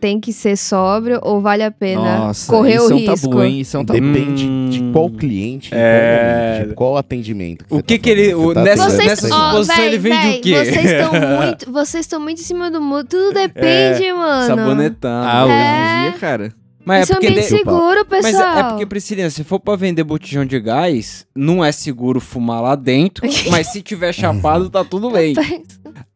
Speaker 2: tem que ser sóbrio ou vale a pena
Speaker 6: Nossa,
Speaker 2: correr
Speaker 6: isso
Speaker 2: o
Speaker 6: é um
Speaker 2: risco?
Speaker 6: tabu, hein? Isso é um
Speaker 2: tá
Speaker 6: tabu.
Speaker 5: Depende
Speaker 4: Hum.
Speaker 5: de qual cliente, de
Speaker 4: É.
Speaker 5: qual momento, de qual atendimento. tá
Speaker 4: O que que ele- o- nessa-
Speaker 5: atendendo.
Speaker 2: Vocês,
Speaker 4: nessa
Speaker 2: ó,
Speaker 4: exposição
Speaker 2: véi,
Speaker 4: ele vende
Speaker 2: véi,
Speaker 4: o quê? É,
Speaker 2: Vocês
Speaker 4: *laughs*
Speaker 2: estão muito, vocês estão muito em cima do mundo. Tudo depende, mano.
Speaker 4: Sabonetando.
Speaker 6: Ah, hoje
Speaker 2: É.
Speaker 6: em dia, cara.
Speaker 4: Mas
Speaker 2: Isso é
Speaker 4: é porque.
Speaker 2: ambiente
Speaker 4: de-
Speaker 2: seguro,
Speaker 4: Mas
Speaker 2: pessoal.
Speaker 4: é- é porque, Priscilinha, se for pra vender botijão de gás, não é seguro fumar lá
Speaker 2: *laughs*
Speaker 4: dentro, mas se tiver chapado, tá tudo bem.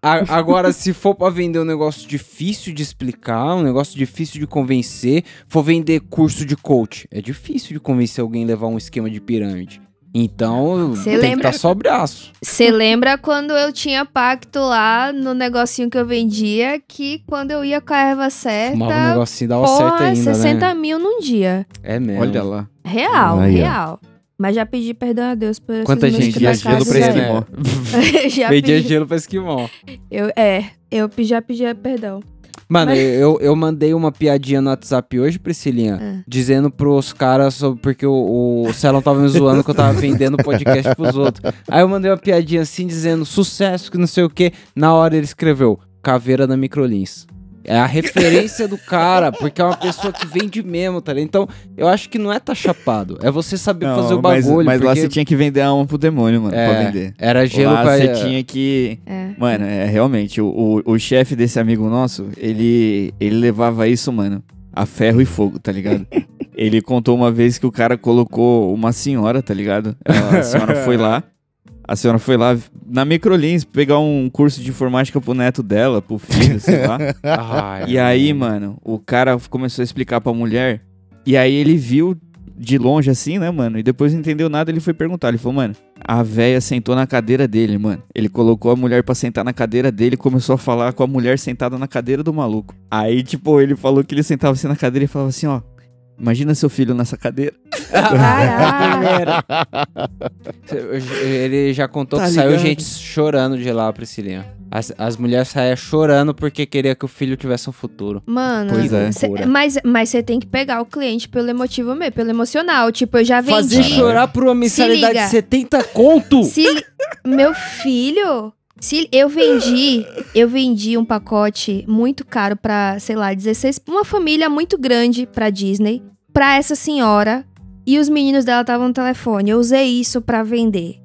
Speaker 4: A- agora, se for pra vender um negócio difícil de explicar, um negócio difícil de convencer, for vender curso de coach, é difícil de convencer alguém a levar um esquema de pirâmide. Então,
Speaker 2: Cê
Speaker 4: tem
Speaker 2: lembra-
Speaker 4: que estar só braço.
Speaker 2: Você lembra quando eu tinha pacto lá no negocinho que eu vendia, que quando eu ia com a
Speaker 4: Fumava
Speaker 2: erva certa,
Speaker 4: um negocinho dava certo
Speaker 2: porra,
Speaker 4: ainda,
Speaker 2: 60
Speaker 4: né?
Speaker 2: mil num dia.
Speaker 4: É mesmo.
Speaker 6: Olha lá.
Speaker 2: Real,
Speaker 5: Aí, ó.
Speaker 2: real. Mas já pedi perdão a Deus por
Speaker 4: Quanta
Speaker 2: esses meus
Speaker 4: gente
Speaker 6: Vendia
Speaker 4: já
Speaker 6: gelo
Speaker 2: fracassos
Speaker 6: pra
Speaker 4: casa,
Speaker 2: aí.
Speaker 6: esquimó.
Speaker 2: né? *laughs* já
Speaker 4: Vendia
Speaker 2: pedi,
Speaker 4: gelo pra esquimó.
Speaker 2: eu, é, eu pe- já pedi
Speaker 4: *laughs*
Speaker 2: perdão.
Speaker 4: Mano, eu, eu mandei uma piadinha no WhatsApp hoje, Priscilinha, dizendo pros caras sobre. Porque o, o Celon tava me zoando que eu tava vendendo podcast pros outros. Aí eu mandei uma piadinha assim, dizendo sucesso, que não sei o quê. Na hora ele escreveu: Caveira da Microlins. É a referência do cara, porque é uma pessoa que vende mesmo, tá ligado? Então, eu acho que não é tá chapado. É você saber fazer o
Speaker 6: mas
Speaker 4: bagulho.
Speaker 6: mas lá
Speaker 4: porque
Speaker 6: você tinha que vender a alma pro demônio, mano,
Speaker 4: É.
Speaker 6: pra vender.
Speaker 4: Era gelo
Speaker 6: lá
Speaker 4: pra.
Speaker 6: você tinha que.
Speaker 2: É.
Speaker 6: Mano, é realmente, o, o, o chefe desse amigo nosso, ele, ele levava isso, mano, a ferro e fogo, tá
Speaker 4: *laughs*
Speaker 6: ligado? ele contou uma vez que o cara colocou uma senhora, tá ligado? Ela- A senhora foi lá. A senhora foi lá na Microlins pegar um curso de informática pro neto dela, pro filho, sei lá.
Speaker 4: Ai,
Speaker 6: E aí, mano, o cara começou a explicar pra mulher. E aí ele viu de longe assim, né, mano? E depois não entendeu nada, ele foi perguntar. Ele falou, mano, a véia sentou na cadeira dele, mano. Ele colocou a mulher pra sentar na cadeira dele e começou a falar com a mulher sentada na cadeira do maluco. Aí, tipo, ele falou que ele sentava assim na cadeira e falava assim, ó. Imagina seu filho nessa cadeira.
Speaker 2: Caralho.
Speaker 4: *laughs* Ele já contou
Speaker 6: Tá
Speaker 4: que saiu
Speaker 6: ligado?
Speaker 4: gente chorando de lá, Priscilinha. As, as mulheres saíam chorando porque queria que o filho tivesse um futuro.
Speaker 2: Mano,
Speaker 6: Pois é.
Speaker 2: cê-
Speaker 4: Loucura.
Speaker 2: mas mas você tem que pegar o cliente pelo emotivo mesmo, pelo emocional. Tipo, eu já vendi.
Speaker 4: Fazer chorar por uma
Speaker 2: mensalidade
Speaker 4: mensalidade
Speaker 2: liga.
Speaker 4: de 70 conto?
Speaker 2: Se li- meu filho, se eu vendi, eu vendi um pacote muito caro pra, sei lá, 16, uma família muito grande pra Disney, pra essa senhora e os meninos dela estavam no telefone. Eu usei isso pra vender.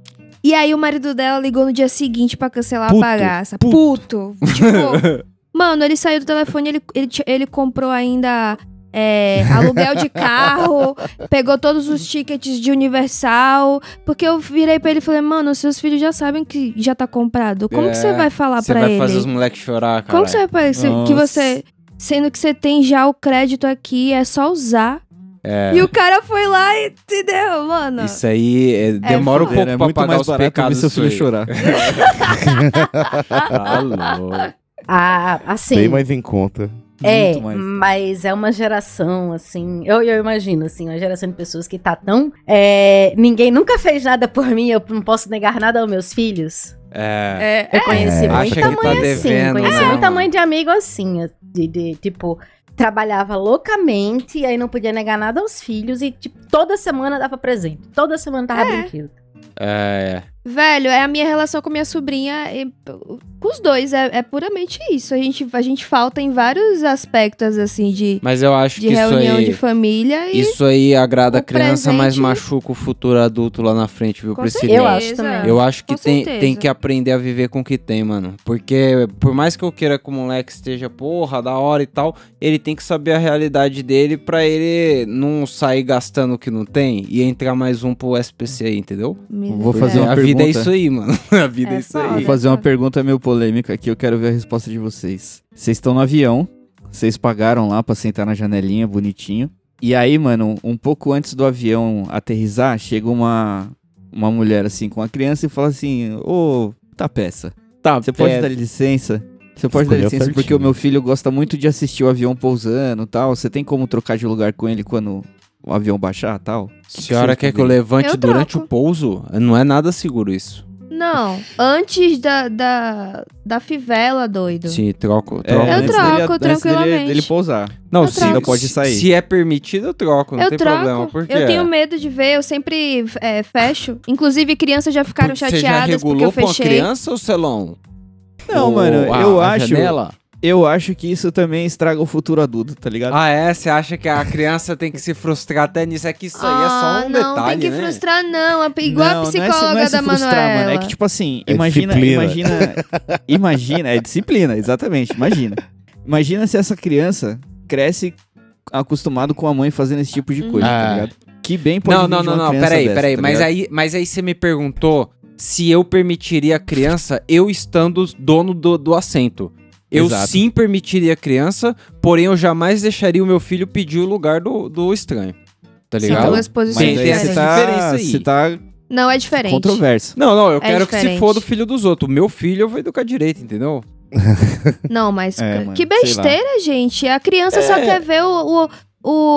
Speaker 2: E aí o marido dela ligou no dia seguinte pra cancelar
Speaker 4: Puto,
Speaker 2: a bagaça. Puto.
Speaker 4: *laughs*
Speaker 2: Tipo, mano, ele saiu do telefone, ele, ele, ti- ele comprou ainda é, aluguel de carro, pegou todos os tickets de Universal, porque eu virei pra ele e falei, mano, seus filhos já sabem que já tá comprado. Como que você
Speaker 4: É,
Speaker 2: vai falar
Speaker 4: Você
Speaker 2: pra
Speaker 4: vai
Speaker 2: ele?
Speaker 4: fazer os moleques chorar, cara.
Speaker 2: Como que você vai falar que você- que você. Sendo que você tem já o crédito aqui, é só usar.
Speaker 4: É.
Speaker 2: E o cara foi lá e te deu, mano.
Speaker 4: Isso aí é, demora um pouco
Speaker 6: Era
Speaker 4: pra
Speaker 6: muito
Speaker 4: pagar
Speaker 6: mais
Speaker 4: os
Speaker 6: barato ver
Speaker 4: pecados.
Speaker 6: seu
Speaker 4: isso
Speaker 6: filho
Speaker 4: aí.
Speaker 6: chorar.
Speaker 4: Tá louco.
Speaker 3: *laughs* Ah, assim.
Speaker 5: Bem mais em conta.
Speaker 3: É,
Speaker 6: Muito mais.
Speaker 3: mas é uma geração, assim. Eu, eu imagino, assim, uma geração de pessoas que tá tão. é, ninguém nunca fez nada por mim, eu não posso negar nada aos meus filhos.
Speaker 4: É.
Speaker 2: É,
Speaker 3: Eu conheci
Speaker 5: É, acha que
Speaker 3: muita
Speaker 5: tá
Speaker 3: mãe assim.
Speaker 4: devendo,
Speaker 3: conheci
Speaker 4: né,
Speaker 3: muita
Speaker 4: mano?
Speaker 3: mãe de amigo assim. De, de, tipo, trabalhava loucamente, e aí não podia negar nada aos filhos, e tipo, toda semana dava presente. Toda semana tava brinquedo.
Speaker 4: É.
Speaker 2: Velho, é a minha relação com minha sobrinha. e- com os dois, é, é puramente isso. A gente, a gente falta em vários aspectos, assim, de,
Speaker 4: Mas eu acho
Speaker 2: de
Speaker 4: que isso
Speaker 2: reunião
Speaker 4: aí.
Speaker 2: de família e.
Speaker 4: Isso aí agrada a
Speaker 2: o
Speaker 4: criança, mas
Speaker 2: presente-
Speaker 4: machuca o futuro adulto lá na frente, viu,
Speaker 2: Com
Speaker 4: Priscila?
Speaker 2: certeza.
Speaker 3: Eu acho também.
Speaker 4: Eu acho que
Speaker 2: Com
Speaker 4: tem,
Speaker 2: certeza.
Speaker 4: tem que aprender a viver com o que tem, mano. Porque por mais que eu queira que o moleque esteja, porra, da hora e tal, ele tem que saber a realidade dele pra ele não sair gastando o que não tem e entrar mais um pro SPC aí, entendeu?
Speaker 6: Vou fazer
Speaker 4: É,
Speaker 6: uma
Speaker 4: a vida é
Speaker 6: pergunta.
Speaker 4: isso aí, mano. *laughs* A vida é,
Speaker 2: É
Speaker 4: isso
Speaker 2: foda.
Speaker 4: aí.
Speaker 6: Vou fazer uma pergunta meio polêmica aqui, eu quero ver a resposta de vocês. Vocês estão no avião, vocês pagaram lá pra sentar na janelinha, bonitinho. E aí, mano, um pouco antes do avião aterrissar, chega uma, uma mulher assim com a criança e fala assim: Ô, tá peça.
Speaker 4: Tá,
Speaker 6: Você pode
Speaker 4: peça.
Speaker 6: dar licença? Você pode dar
Speaker 5: Escolheu
Speaker 6: licença porque
Speaker 5: certinho.
Speaker 6: o meu filho gosta muito de assistir o avião pousando e tal. Você tem como trocar de lugar com ele quando o avião baixar e tal?
Speaker 4: Senhora quer que eu levante
Speaker 2: Eu
Speaker 4: durante
Speaker 2: troco.
Speaker 4: o pouso? Não é nada seguro isso.
Speaker 2: Não, antes da, da, da fivela, doido.
Speaker 4: Sim, troco,
Speaker 6: É,
Speaker 4: troco.
Speaker 2: Eu
Speaker 6: antes
Speaker 2: troco
Speaker 6: antes Dele,
Speaker 2: tranquilamente.
Speaker 6: dele pousar.
Speaker 4: Não,
Speaker 2: Eu
Speaker 4: se,
Speaker 2: troco.
Speaker 4: se-
Speaker 6: Pode sair.
Speaker 4: se é permitido, eu troco, não
Speaker 2: eu
Speaker 4: tem
Speaker 2: troco.
Speaker 4: problema. é. Por quê?
Speaker 2: eu tenho medo de ver, eu sempre é, fecho. Inclusive, crianças já ficaram
Speaker 4: Você já
Speaker 2: chateadas porque eu
Speaker 4: regulou com a
Speaker 2: fechei.
Speaker 4: criança, ou Celão?
Speaker 6: Não,
Speaker 4: Ou
Speaker 6: mano,
Speaker 4: a-
Speaker 6: eu
Speaker 4: a
Speaker 6: acho.
Speaker 4: janela?
Speaker 6: Eu acho que isso também estraga o futuro adulto, tá ligado?
Speaker 4: Ah, é? Você acha que a criança tem que se frustrar até nisso? É que isso aí é
Speaker 2: Ah,
Speaker 4: só um
Speaker 2: não,
Speaker 4: detalhe,
Speaker 2: tem que
Speaker 4: né?
Speaker 2: frustrar, não. É Igual
Speaker 6: Não,
Speaker 2: a
Speaker 6: não é se-
Speaker 2: psicóloga
Speaker 6: não é se
Speaker 2: da
Speaker 6: frustrar,
Speaker 2: Manuela.
Speaker 6: Mano, é que, tipo assim,
Speaker 5: É
Speaker 6: imagina,
Speaker 5: disciplina.
Speaker 6: imagina, *laughs* imagina, é disciplina, exatamente, imagina. Imagina se essa criança cresce acostumado com a mãe fazendo esse tipo de coisa, tá
Speaker 4: Ah.
Speaker 6: ligado? Que bem pode
Speaker 4: Não,
Speaker 6: vir
Speaker 4: não,
Speaker 6: de
Speaker 4: não,
Speaker 6: uma
Speaker 4: não,
Speaker 6: criança
Speaker 4: peraí,
Speaker 6: dessa,
Speaker 4: peraí.
Speaker 6: tá
Speaker 4: mas,
Speaker 6: ligado?
Speaker 4: aí, mas aí você me perguntou se eu permitiria a criança, eu estando dono do, do assento. Eu
Speaker 6: Exato.
Speaker 4: sim permitiria a criança, porém eu jamais deixaria o meu filho pedir o lugar do, do estranho. Tá
Speaker 2: São
Speaker 4: ligado?
Speaker 2: duas
Speaker 6: é Mas
Speaker 2: posições
Speaker 4: Sim,
Speaker 6: aí
Speaker 2: diferentes.
Speaker 6: você
Speaker 4: diferença
Speaker 6: tá,
Speaker 4: aí.
Speaker 6: você tá
Speaker 2: Não, é diferente.
Speaker 6: controverso.
Speaker 4: Não, não, eu
Speaker 2: É
Speaker 4: quero que se
Speaker 2: diferente.
Speaker 4: for do filho dos outros. O meu filho eu vou educar direito, entendeu?
Speaker 2: Não, mas
Speaker 6: É,
Speaker 2: que-
Speaker 6: mano,
Speaker 2: que
Speaker 6: sei lá.
Speaker 2: besteira, gente. A criança só
Speaker 4: É.
Speaker 2: quer ver o, o,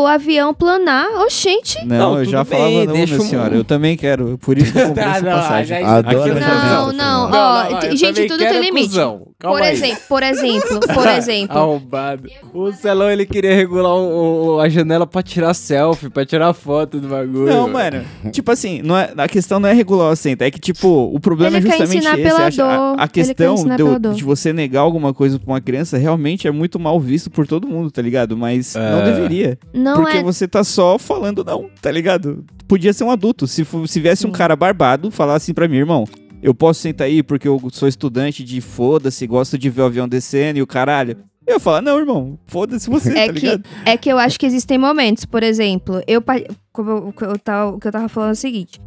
Speaker 2: o avião planar. Oxente.
Speaker 6: Não,
Speaker 4: Não,
Speaker 6: eu
Speaker 4: tudo
Speaker 6: já falava,
Speaker 4: bem,
Speaker 6: não,
Speaker 4: deixa
Speaker 6: minha
Speaker 4: um-
Speaker 6: senhora, eu também quero, por isso
Speaker 4: *laughs*
Speaker 6: que eu comprei
Speaker 4: Ah,
Speaker 6: essa
Speaker 4: não,
Speaker 6: passagem.
Speaker 4: aí-
Speaker 5: Adoro
Speaker 4: aquilo
Speaker 5: essa
Speaker 4: já-
Speaker 2: Não,
Speaker 5: Não,
Speaker 2: não.
Speaker 5: não,
Speaker 2: Ó,
Speaker 4: eu
Speaker 2: t-
Speaker 4: também
Speaker 2: gente, tudo
Speaker 4: quero
Speaker 2: tem limite.
Speaker 4: cuzão. Calma
Speaker 2: Por
Speaker 4: aí.
Speaker 2: exemplo,
Speaker 4: *laughs*
Speaker 2: por exemplo, por exemplo.
Speaker 4: Arrombado. O Celão, ele queria regular o- o- a janela pra tirar selfie, pra tirar foto do bagulho.
Speaker 6: Não, *laughs* mano. tipo assim, não é- a questão não é regular o assento. É que, tipo, o problema
Speaker 2: Ele
Speaker 6: é
Speaker 2: quer
Speaker 6: justamente
Speaker 2: ensinar
Speaker 6: esse.
Speaker 2: pela
Speaker 6: acho- a-
Speaker 2: dor.
Speaker 6: A,
Speaker 2: Ele quer
Speaker 6: questão
Speaker 2: ensinar
Speaker 6: do-
Speaker 2: pela dor.
Speaker 6: de você negar alguma coisa pra uma criança realmente é muito mal visto por todo mundo, tá ligado? Mas não
Speaker 4: É.
Speaker 6: deveria.
Speaker 2: Não
Speaker 6: porque
Speaker 2: é.
Speaker 6: você tá só falando não, tá ligado? Podia ser um adulto. Se, fo- se viesse um cara barbado, falar assim pra mim, irmão. Eu posso sentar aí porque eu sou estudante de foda-se, gosto de ver o avião descendo e o caralho. Eu ia falar, não, irmão, foda-se você,
Speaker 2: É
Speaker 6: tá
Speaker 2: que-
Speaker 6: ligado?
Speaker 2: É que eu acho que existem momentos. Por exemplo, eu. pa- Como eu, o que eu tava, o que eu tava falando é o seguinte.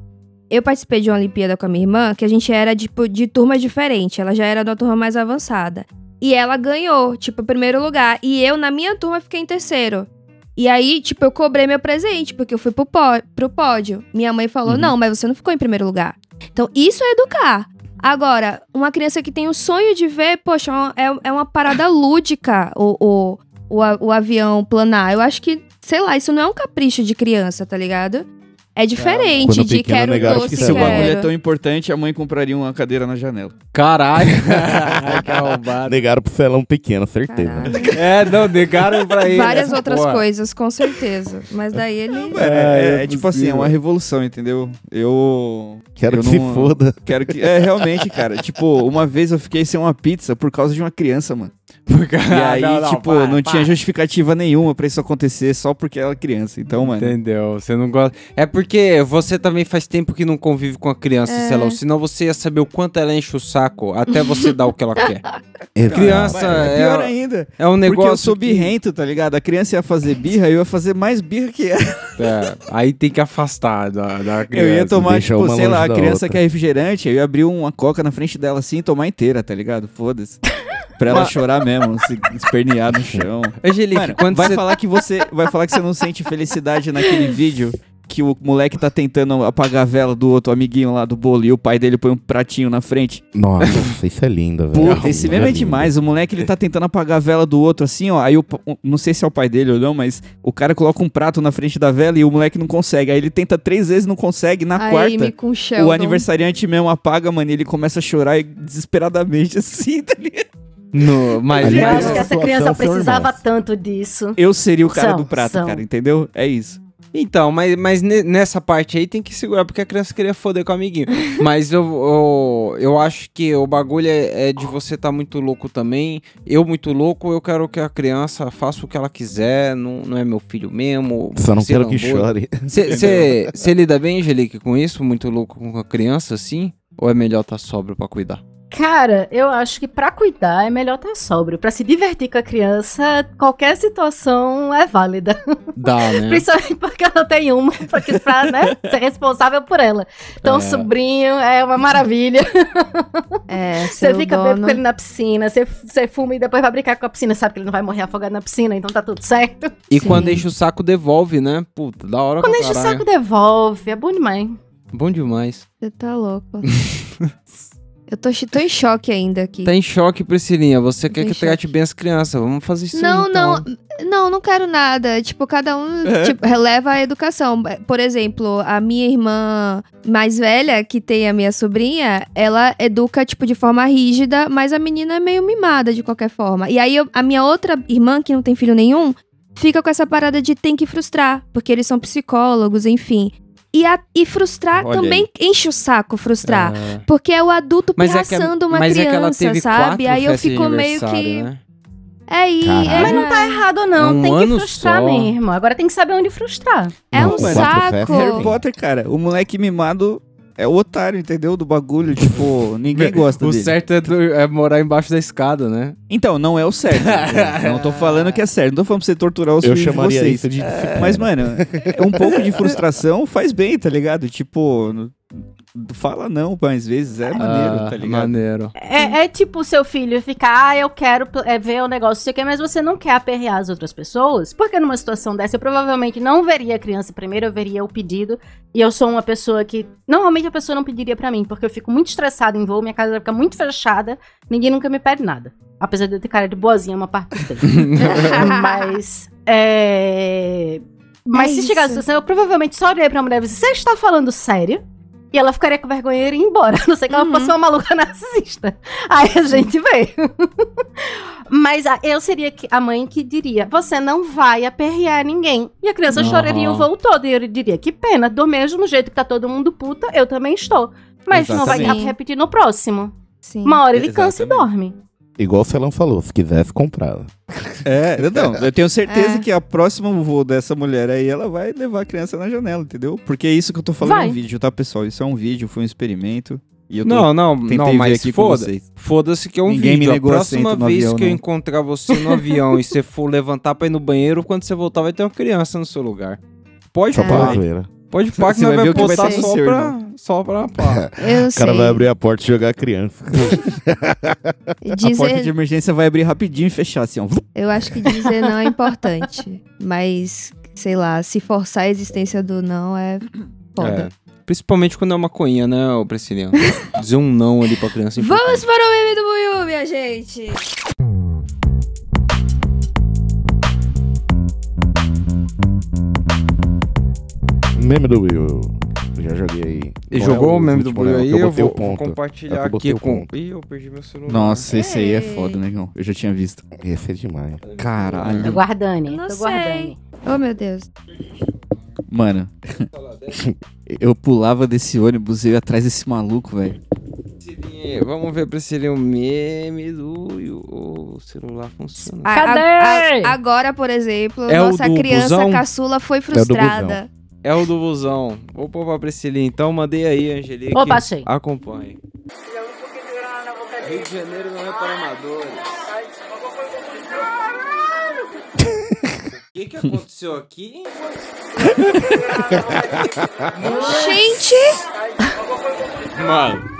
Speaker 2: Eu participei de uma Olimpíada com a minha irmã, que a gente era tipo, de turma diferente. Ela já era da turma mais avançada. E ela ganhou, tipo, primeiro lugar. E eu, na minha turma, fiquei em terceiro. E aí, tipo, eu cobrei meu presente, porque eu fui pro, pó- pro pódio. Minha mãe falou: não, mas você não ficou em primeiro lugar. Então, isso é educar. Agora, uma criança que tem o sonho de ver, poxa, é, é uma parada lúdica o, o, o, a- o avião planar. Eu acho que, sei lá, isso não é um capricho de criança, tá ligado? É diferente
Speaker 5: Quando
Speaker 2: de
Speaker 5: pequeno,
Speaker 2: quero um
Speaker 5: negava
Speaker 2: doce,
Speaker 5: que
Speaker 6: Se o
Speaker 5: Sério.
Speaker 6: bagulho é
Speaker 2: quero.
Speaker 6: tão importante, a mãe compraria uma cadeira na janela.
Speaker 4: Caralho. *laughs* que arrombado.
Speaker 5: Negaram pro celão pequeno, certeza.
Speaker 2: Caralho.
Speaker 4: É, não, negaram pra ele.
Speaker 2: Várias
Speaker 4: essa
Speaker 2: outras
Speaker 4: porra.
Speaker 2: coisas, com certeza. Mas daí ele.
Speaker 6: É,
Speaker 5: é
Speaker 6: é tipo assim, é uma revolução, entendeu? Eu
Speaker 5: Quero
Speaker 6: Eu
Speaker 5: que se
Speaker 6: não-
Speaker 5: foda.
Speaker 6: quero que. É, realmente, cara. *laughs* Tipo, uma vez eu fiquei sem uma pizza por causa de uma
Speaker 5: *laughs*
Speaker 6: criança, mano.
Speaker 4: Porque-
Speaker 6: E
Speaker 5: Ah,
Speaker 6: aí,
Speaker 4: Ah, Não, não,
Speaker 6: tipo,
Speaker 4: para,
Speaker 6: não
Speaker 4: para.
Speaker 6: tinha justificativa nenhuma pra isso acontecer só porque ela é criança. Então, mano.
Speaker 4: Entendeu? Você não gosta. É porque você também faz tempo que não convive com a criança, sei lá. Senão você ia saber o quanto ela enche o saco até você dar o que ela quer. Criança
Speaker 6: É pior
Speaker 4: é,
Speaker 6: ainda.
Speaker 4: é um negócio.
Speaker 6: porque eu sou
Speaker 4: que-
Speaker 6: birrento, tá ligado? A criança ia fazer birra, eu ia fazer mais birra que ela.
Speaker 4: É, aí tem que afastar da, da criança.
Speaker 6: Eu ia tomar,
Speaker 5: deixa
Speaker 6: tipo,
Speaker 5: uma
Speaker 6: sei lá, a
Speaker 5: longe da
Speaker 6: criança
Speaker 5: outra.
Speaker 6: quer refrigerante, eu ia abrir uma coca na frente dela assim e tomar inteira, tá ligado? Foda-se. Pra ela chorar mesmo, se espernear no chão.
Speaker 4: Angelique,
Speaker 6: Mano,
Speaker 4: Tipo, quando
Speaker 6: vai
Speaker 4: você
Speaker 6: falar que você vai falar que você não sente felicidade naquele vídeo que que o moleque tá tentando apagar a vela do outro amiguinho lá do bolo e o pai dele põe um pratinho na frente.
Speaker 5: Nossa, isso é lindo, velho.
Speaker 6: Puta, esse meme é demais. O moleque ele tá tentando apagar a vela do outro assim, ó. Aí o pa- o- não sei se é o pai dele ou não, mas o cara coloca um prato na frente da vela e o moleque não consegue. Aí ele tenta três vezes, não consegue. Na
Speaker 2: Aí,
Speaker 6: quarta,
Speaker 2: me com Sheldon.
Speaker 6: o aniversariante mesmo apaga, mano, e ele começa a chorar e- desesperadamente *laughs* assim, tá ligado?
Speaker 4: No, mas,
Speaker 5: Aliás,
Speaker 4: mas-
Speaker 3: Acho que é- essa
Speaker 5: situação
Speaker 3: criança
Speaker 5: são
Speaker 3: precisava
Speaker 5: irmãos.
Speaker 3: tanto disso.
Speaker 6: Eu seria o cara
Speaker 3: São,
Speaker 6: do prato,
Speaker 3: são.
Speaker 6: cara, entendeu? É isso.
Speaker 4: Então, mas, mas ne- nessa parte aí tem que segurar, porque a criança queria foder com o amiguinho. mas eu, eu, eu acho que o bagulho é, é de você estar muito louco também. Eu muito louco, eu quero que a criança faça o que ela quiser, não, não é meu filho mesmo.
Speaker 5: Só não
Speaker 4: se
Speaker 5: quero que
Speaker 4: lambou.
Speaker 5: chore.
Speaker 4: Cê- cê- Você lida bem, Angelique, com isso? Muito louco com a criança, assim? Ou é melhor estar tá sóbrio pra cuidar?
Speaker 3: Cara, eu acho que pra cuidar é melhor estar sóbrio. Pra se divertir com a criança, qualquer situação é válida.
Speaker 4: Dá, né?
Speaker 3: Principalmente porque ela tem uma, porque pra né, ser responsável por ela. Então,
Speaker 4: É.
Speaker 3: sobrinho é uma
Speaker 2: *laughs*
Speaker 3: maravilha.
Speaker 2: É,
Speaker 3: Você
Speaker 2: seu
Speaker 3: fica
Speaker 2: dono...
Speaker 3: bebendo com ele na piscina, você, você fuma e depois vai brincar com a piscina. Sabe que ele não vai morrer afogado na piscina, então tá tudo certo.
Speaker 4: E
Speaker 2: Sim.
Speaker 4: quando enche o saco, devolve, né? Puta, da hora
Speaker 3: Quando
Speaker 4: pra
Speaker 3: enche o
Speaker 4: caralho.
Speaker 3: saco, devolve. É bom demais.
Speaker 4: Bom demais.
Speaker 2: Você tá
Speaker 6: *laughs*
Speaker 2: louco. Eu tô, chi- tô em choque ainda aqui.
Speaker 4: Tá em choque, Priscilinha. Você quer
Speaker 2: em
Speaker 4: que trate bem as crianças. Vamos fazer isso aí,
Speaker 2: Não,
Speaker 4: então.
Speaker 2: não, não, não quero nada. Tipo, cada um
Speaker 6: É.
Speaker 2: tipo, releva a educação. É, Por exemplo, a minha irmã mais velha, que tem a minha sobrinha, ela educa, tipo, de forma rígida, mas a menina é meio mimada de qualquer forma. E aí eu- a minha outra irmã, que não tem filho nenhum, fica com essa parada de tem que frustrar, porque eles são psicólogos, enfim. E, a- e frustrar
Speaker 6: Olha
Speaker 2: também enche o saco
Speaker 3: tá.
Speaker 2: frustrar.
Speaker 4: Ah.
Speaker 2: Porque é o adulto
Speaker 4: Mas é que,
Speaker 2: pirraçando uma
Speaker 4: mas
Speaker 2: criança,
Speaker 4: é que ela teve
Speaker 2: sabe?
Speaker 4: quatro
Speaker 2: Aí eu
Speaker 4: festas de
Speaker 2: fico meio que.
Speaker 4: aniversário, né?
Speaker 2: É aí,
Speaker 5: Caralho.
Speaker 2: é-
Speaker 3: Mas não tá errado,
Speaker 4: É
Speaker 3: não.
Speaker 4: um
Speaker 3: tem que
Speaker 4: ano
Speaker 3: frustrar
Speaker 4: só.
Speaker 3: mesmo. Agora tem que saber onde frustrar.
Speaker 2: É
Speaker 5: Não,
Speaker 2: um
Speaker 5: quatro
Speaker 2: saco.
Speaker 5: festas,
Speaker 6: Harry Potter, cara, o moleque mimado é o otário, entendeu? Do bagulho, tipo, ninguém gosta
Speaker 4: O
Speaker 6: dele.
Speaker 4: certo é, do- é morar embaixo da escada, né?
Speaker 6: Então, não é o
Speaker 4: *laughs*
Speaker 6: certo. entendeu? não tô falando que é certo. Não tô falando pra você torturar os
Speaker 5: Eu
Speaker 6: filhos de
Speaker 5: chamaria
Speaker 6: vocês.
Speaker 5: isso de disciplina.
Speaker 6: Mas, mano, é um pouco de frustração faz bem, tá ligado? Tipo, n- fala não mais vezes, é maneiro,
Speaker 4: Ah,
Speaker 6: tá ligado?
Speaker 4: Maneiro.
Speaker 3: É, é tipo o seu filho ficar, ah, eu quero pl- é, ver o negócio, não sei o quê, mas você não quer aperrear as outras pessoas? Porque numa situação dessa, eu provavelmente não veria a criança primeiro, eu veria o pedido. E eu sou uma pessoa que. Normalmente a pessoa não pediria pra mim, porque eu fico muito estressada em voo, minha casa fica muito fechada, ninguém nunca me pede nada. Apesar de eu ter cara de boazinha, uma parte
Speaker 2: *laughs*
Speaker 3: que tem. mas. É. Mas
Speaker 2: É
Speaker 3: se chegar a
Speaker 2: isso.
Speaker 3: situação, eu provavelmente só olhei pra mulher e disse: Você está falando sério? E ela ficaria com vergonha e iria embora. *laughs* A não ser que
Speaker 2: Uhum.
Speaker 3: ela fosse uma maluca *laughs* narcisista. Aí a gente vê. *laughs* Mas a- eu seria que- a mãe que diria: Você não vai aperrear ninguém. E a criança
Speaker 4: Uhum.
Speaker 3: choraria o voo todo. E eu diria: Que pena, do mesmo jeito que tá todo mundo puta, eu também estou. Mas não vai
Speaker 2: Exatamente.
Speaker 3: repetir no próximo.
Speaker 2: Sim.
Speaker 3: Uma hora ele cansa e
Speaker 6: Exatamente.
Speaker 3: dorme.
Speaker 5: Igual o Celão falou, se quisesse comprar.
Speaker 6: É, não, eu tenho certeza
Speaker 2: É.
Speaker 6: que a próxima voo dessa mulher aí, ela vai levar a criança na janela, entendeu? Porque é isso que eu tô falando
Speaker 3: Vai.
Speaker 6: no vídeo, tá, pessoal? Isso é um vídeo, foi um experimento. E eu tô
Speaker 4: Não, não,
Speaker 6: tentei
Speaker 4: não,
Speaker 6: ver
Speaker 4: mas
Speaker 6: aqui com
Speaker 4: foda.
Speaker 6: vocês.
Speaker 4: Foda-se que é um
Speaker 6: Ninguém me
Speaker 4: vídeo. A
Speaker 6: negou
Speaker 4: próxima
Speaker 6: assento no
Speaker 4: vez
Speaker 6: avião,
Speaker 4: que eu
Speaker 6: não.
Speaker 4: encontrar você no avião e você for levantar pra ir no banheiro, quando você voltar vai ter uma criança no seu lugar. Pode
Speaker 5: Só
Speaker 4: pá.
Speaker 5: pra zoeira.
Speaker 4: Pode pá que
Speaker 6: Você
Speaker 4: nós
Speaker 6: vai ver o
Speaker 4: vamos
Speaker 6: que vai
Speaker 4: postar
Speaker 6: ter no
Speaker 4: só,
Speaker 6: seu,
Speaker 4: pra, só pra *laughs* pá.
Speaker 2: Eu não
Speaker 5: O cara
Speaker 2: sei.
Speaker 5: vai abrir a porta e jogar a criança.
Speaker 2: Dizer,
Speaker 6: A porta de emergência vai abrir rapidinho e fechar assim, ó.
Speaker 2: Eu acho que dizer não é importante. mas, sei lá, se forçar a existência do não é foda.
Speaker 4: É. Principalmente quando é uma coinha, né, ô Priscilinha? Dizer um não ali pra criança. é
Speaker 2: Vamos
Speaker 4: importante.
Speaker 2: para o meme do Buiú, minha gente!
Speaker 5: Meme do Will. Já joguei.
Speaker 4: E
Speaker 5: Qual
Speaker 4: jogou
Speaker 5: é
Speaker 4: o meme do
Speaker 5: último,
Speaker 4: boi
Speaker 5: né?
Speaker 4: aí,
Speaker 5: Que
Speaker 4: eu
Speaker 5: botei
Speaker 4: vou,
Speaker 5: o ponto.
Speaker 4: compartilhar
Speaker 5: É que eu botei
Speaker 4: aqui
Speaker 5: o
Speaker 4: com...
Speaker 5: ponto.
Speaker 4: Ih, eu perdi meu celular.
Speaker 6: Nossa, esse aí é
Speaker 2: Ei.
Speaker 6: foda, negão. Eu já tinha visto.
Speaker 5: Esse é demais.
Speaker 3: Tô
Speaker 6: Caralho.
Speaker 3: guardando,
Speaker 2: Não
Speaker 3: tô
Speaker 2: sei.
Speaker 3: guardando.
Speaker 2: Oh, meu Deus.
Speaker 6: Mano, *laughs* eu pulava desse ônibus e ia atrás desse maluco, velho.
Speaker 4: Priscilinha, Vamos ver, Priscilinha, o meme do... e o- o celular funcionando.
Speaker 2: A-
Speaker 3: Cadê?
Speaker 2: a- a- agora, por exemplo,
Speaker 4: É o
Speaker 2: nossa
Speaker 4: do
Speaker 2: criança
Speaker 4: busão?
Speaker 2: caçula foi
Speaker 5: do busão.
Speaker 2: frustrada.
Speaker 4: É o do busão. Vou pôr pra Priscilinha, então mandei aí, Angelique.
Speaker 3: Opa, achei.
Speaker 4: Acompanhe. Rio de Janeiro não é para amadores. O que, que aconteceu aqui?
Speaker 2: Gente!
Speaker 4: Mano,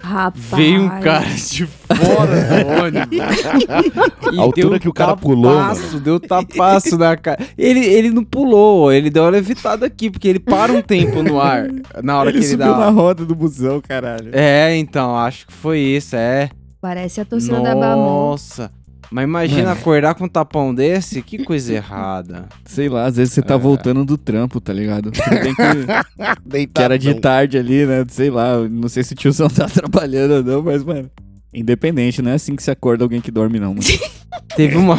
Speaker 2: Rapaz.
Speaker 4: Veio um cara de fora do
Speaker 5: *laughs*
Speaker 4: ônibus. E
Speaker 5: A altura
Speaker 4: deu
Speaker 5: que o cara pulou,
Speaker 4: Tapaço, deu tapaço na cara. Ele, ele não pulou, ele deu uma levitada aqui, porque ele para um tempo no ar. Na hora que ele dá.
Speaker 6: roda do busão, caralho.
Speaker 4: É, então, acho que foi isso, é.
Speaker 2: Parece a torcida da Bamon.
Speaker 4: Nossa. Mas
Speaker 5: É.
Speaker 4: imagina acordar com um tapão desse, que coisa errada.
Speaker 6: Sei lá, às vezes você
Speaker 5: Ah.
Speaker 6: tá voltando do trampo,
Speaker 5: *laughs*
Speaker 6: tá ligado? Tudo bem que,
Speaker 4: É,
Speaker 6: que
Speaker 5: Deitadão.
Speaker 6: era de tarde ali, né? Sei lá, não sei se o tiozão *laughs* tá trabalhando ou não, mas, mano. Independente, não é assim que se acorda alguém que dorme, não, mano.
Speaker 4: Teve uma.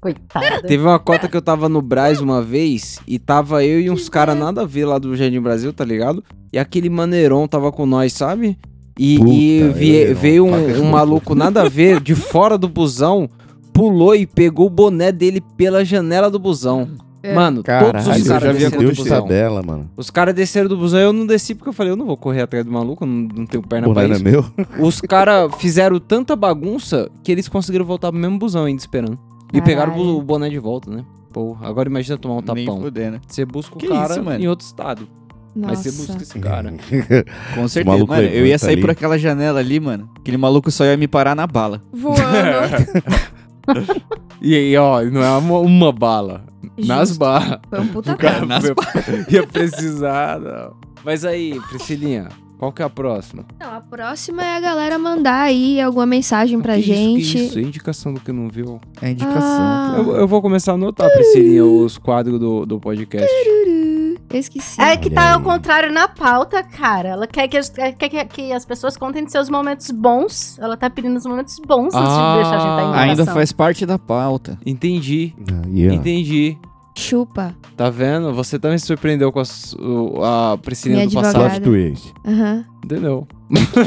Speaker 3: Coitada.
Speaker 4: Teve uma cota que eu tava no Braz uma vez e tava eu e uns caras nada a ver lá do Jardim Brasil, tá ligado? E aquele maneiron tava com nós, sabe? E,
Speaker 5: Puta,
Speaker 4: e vi-
Speaker 5: ele não
Speaker 4: veio
Speaker 5: paga
Speaker 4: um, um maluco nada a ver de fora do busão, pulou e pegou o boné dele pela janela do busão. Mano, todos
Speaker 5: Ai,
Speaker 4: os
Speaker 5: eu já
Speaker 4: caras
Speaker 5: vi a
Speaker 4: desceram do
Speaker 5: Deus
Speaker 4: busão.
Speaker 5: tabela, mano.
Speaker 4: Os caras desceram do busão, eu não desci porque eu falei, eu não vou correr atrás do maluco, eu não, não tenho perna
Speaker 5: O
Speaker 4: pra
Speaker 5: não é
Speaker 4: isso.
Speaker 5: meu?
Speaker 4: Os caras fizeram tanta bagunça que eles conseguiram voltar pro mesmo busão ainda esperando. E
Speaker 2: Caralho.
Speaker 4: pegaram o boné de volta, né? Pô, agora imagina tomar um
Speaker 6: Nem
Speaker 4: tapão.
Speaker 6: fuder, né?
Speaker 4: Você busca o
Speaker 6: Que
Speaker 4: cara
Speaker 6: isso, mano? Uhum.
Speaker 4: em outro estado. Mas você busca
Speaker 2: Nossa.
Speaker 4: esse
Speaker 5: *laughs*
Speaker 4: cara.
Speaker 6: Com certeza,
Speaker 5: maluco
Speaker 6: mano. Eu ia
Speaker 5: levanta
Speaker 6: sair por
Speaker 5: ali.
Speaker 6: aquela janela ali, mano. Aquele maluco só ia me parar na
Speaker 5: *laughs*
Speaker 6: bala.
Speaker 2: Voando.
Speaker 4: E aí, ó, não é uma, uma bala. *laughs* Nas
Speaker 2: Justo.
Speaker 4: barras.
Speaker 2: Foi um puta
Speaker 6: Cara, nas
Speaker 4: *laughs*
Speaker 6: *laughs*
Speaker 4: ia precisar, não. Mas aí, Priscilinha, qual que é a próxima?
Speaker 2: Não, a próxima é a galera mandar aí alguma mensagem pra
Speaker 4: Que isso, que
Speaker 2: gente. Ah,
Speaker 4: isso? tá? É indicação do que não viu.
Speaker 6: É
Speaker 2: indicação.
Speaker 4: Eu, eu vou começar a anotar, Priscilinha, os quadros do, do podcast.
Speaker 2: Tururu. Eu esqueci.
Speaker 3: É que
Speaker 5: Olha
Speaker 3: tá ao
Speaker 5: aí.
Speaker 3: contrário na pauta, cara. Ela quer que, as, é, quer que, que as pessoas contem de seus momentos bons. Ela tá pedindo os momentos bons antes
Speaker 4: Ah,
Speaker 3: de deixar a gente dar indicação.
Speaker 6: Ainda faz parte da pauta.
Speaker 4: Entendi,
Speaker 5: Aí, ó.
Speaker 4: entendi.
Speaker 3: É.
Speaker 2: Chupa.
Speaker 4: Tá vendo? Você também se surpreendeu com a, su- a Priscilinha
Speaker 2: Minha
Speaker 4: do passado.
Speaker 2: advogada.
Speaker 5: Plot twist.
Speaker 2: Aham.
Speaker 4: Entendeu?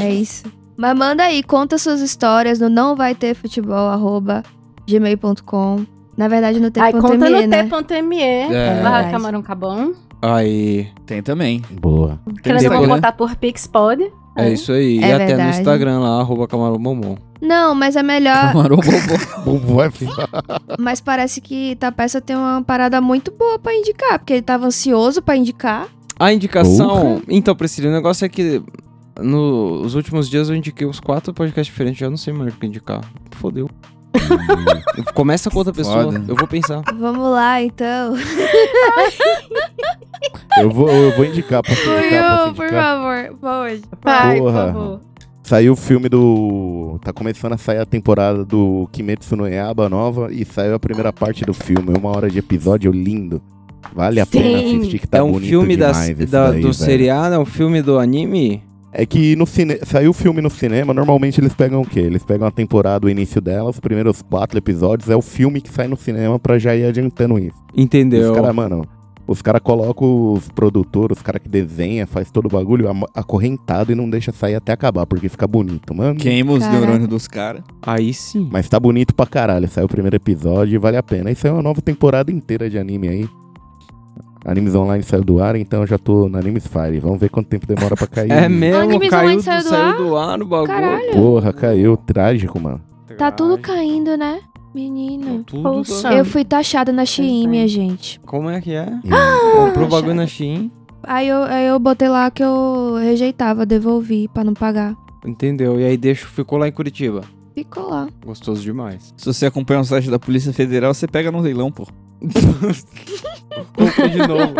Speaker 2: É isso. Mas manda aí, conta suas histórias no não vai ter futebol, arroba gmail.com. Na verdade, no
Speaker 3: Aí conta
Speaker 2: t.me,
Speaker 3: no
Speaker 2: né?
Speaker 3: t.me,
Speaker 4: É.
Speaker 3: barra
Speaker 2: Verdade.
Speaker 3: camarão cabão.
Speaker 4: Aí,
Speaker 6: Tem também.
Speaker 5: Boa.
Speaker 3: Querendo
Speaker 4: depois,
Speaker 3: vão
Speaker 4: né?
Speaker 3: contar por Pix, pode.
Speaker 4: é isso aí.
Speaker 2: É
Speaker 4: e até no
Speaker 2: verdade.
Speaker 4: Instagram lá, arroba camaromomom.
Speaker 2: Não, mas é
Speaker 6: *laughs*
Speaker 2: melhor.
Speaker 6: Camarão bobô.
Speaker 5: Bumbum é foda.
Speaker 2: mas parece que Tapeça tem uma parada muito boa pra indicar, porque ele tava ansioso pra indicar.
Speaker 4: A indicação... Então, Priscilinha, o negócio é que no- nos últimos dias eu indiquei uns quatro podcasts diferentes. Já não sei mais o que indicar. Fodeu. Começa com outra pessoa.
Speaker 6: Foda.
Speaker 4: Eu vou pensar.
Speaker 2: Vamos lá, então.
Speaker 5: *laughs* Eu vou, eu vou indicar
Speaker 6: Tá,
Speaker 5: pra você indicar,
Speaker 2: Will,
Speaker 5: pra você
Speaker 2: por
Speaker 5: indicar.
Speaker 2: favor, pode.
Speaker 3: Pai,
Speaker 5: Porra.
Speaker 3: por favor.
Speaker 5: Saiu o filme do... Tá começando a sair a temporada do Kimetsu no Yaba nova e saiu a primeira parte do filme. Uma hora de episódio lindo. Vale a pena
Speaker 3: Sim.
Speaker 5: assistir que tá
Speaker 4: é um
Speaker 5: bonito
Speaker 4: filme das-
Speaker 5: demais esse
Speaker 4: da-
Speaker 5: daí,
Speaker 4: do
Speaker 5: velho.
Speaker 4: seriado, é um filme do anime.
Speaker 5: É que no cine... saiu o filme no cinema, normalmente eles pegam o quê? Eles pegam a temporada, o início dela, os primeiros quatro episódios, é o filme que sai no cinema pra já ir adiantando isso.
Speaker 4: Entendeu?
Speaker 5: Os caras, mano, os caras colocam os produtores, os caras que desenha, faz todo o bagulho am- acorrentado e não deixa sair até acabar, porque fica bonito, mano.
Speaker 6: Queima os
Speaker 2: Caraca.
Speaker 6: neurônios dos caras.
Speaker 4: Aí sim.
Speaker 5: Mas tá bonito pra caralho, saiu o primeiro episódio e vale a pena. Isso é uma nova temporada inteira de anime aí. Animes Online saiu do ar, então eu já tô na Animes Fire. Vamos ver quanto tempo demora pra cair.
Speaker 4: *laughs* É mesmo,
Speaker 2: Animes
Speaker 4: caiu
Speaker 2: Online
Speaker 4: do,
Speaker 2: saiu do
Speaker 4: saiu
Speaker 2: ar?
Speaker 4: do ar no bagulho.
Speaker 2: Caralho.
Speaker 5: Porra, caiu. Trágico, mano.
Speaker 4: *gasps*
Speaker 2: Tá tudo caindo, né? Menino.
Speaker 4: Tudo
Speaker 3: Poxa.
Speaker 2: Eu fui taxada na Shein, minha gente.
Speaker 4: Como é que é?
Speaker 5: E-
Speaker 4: Comprou o bagulho na Shein.
Speaker 2: Aí eu, aí eu botei lá que eu rejeitava, devolvi pra não pagar.
Speaker 4: Entendeu? E aí deixa, ficou lá em Curitiba.
Speaker 2: Ficou lá.
Speaker 4: Gostoso demais.
Speaker 6: Se você acompanha o site da Polícia Federal, você pega no leilão, pô.
Speaker 4: Comprei de novo.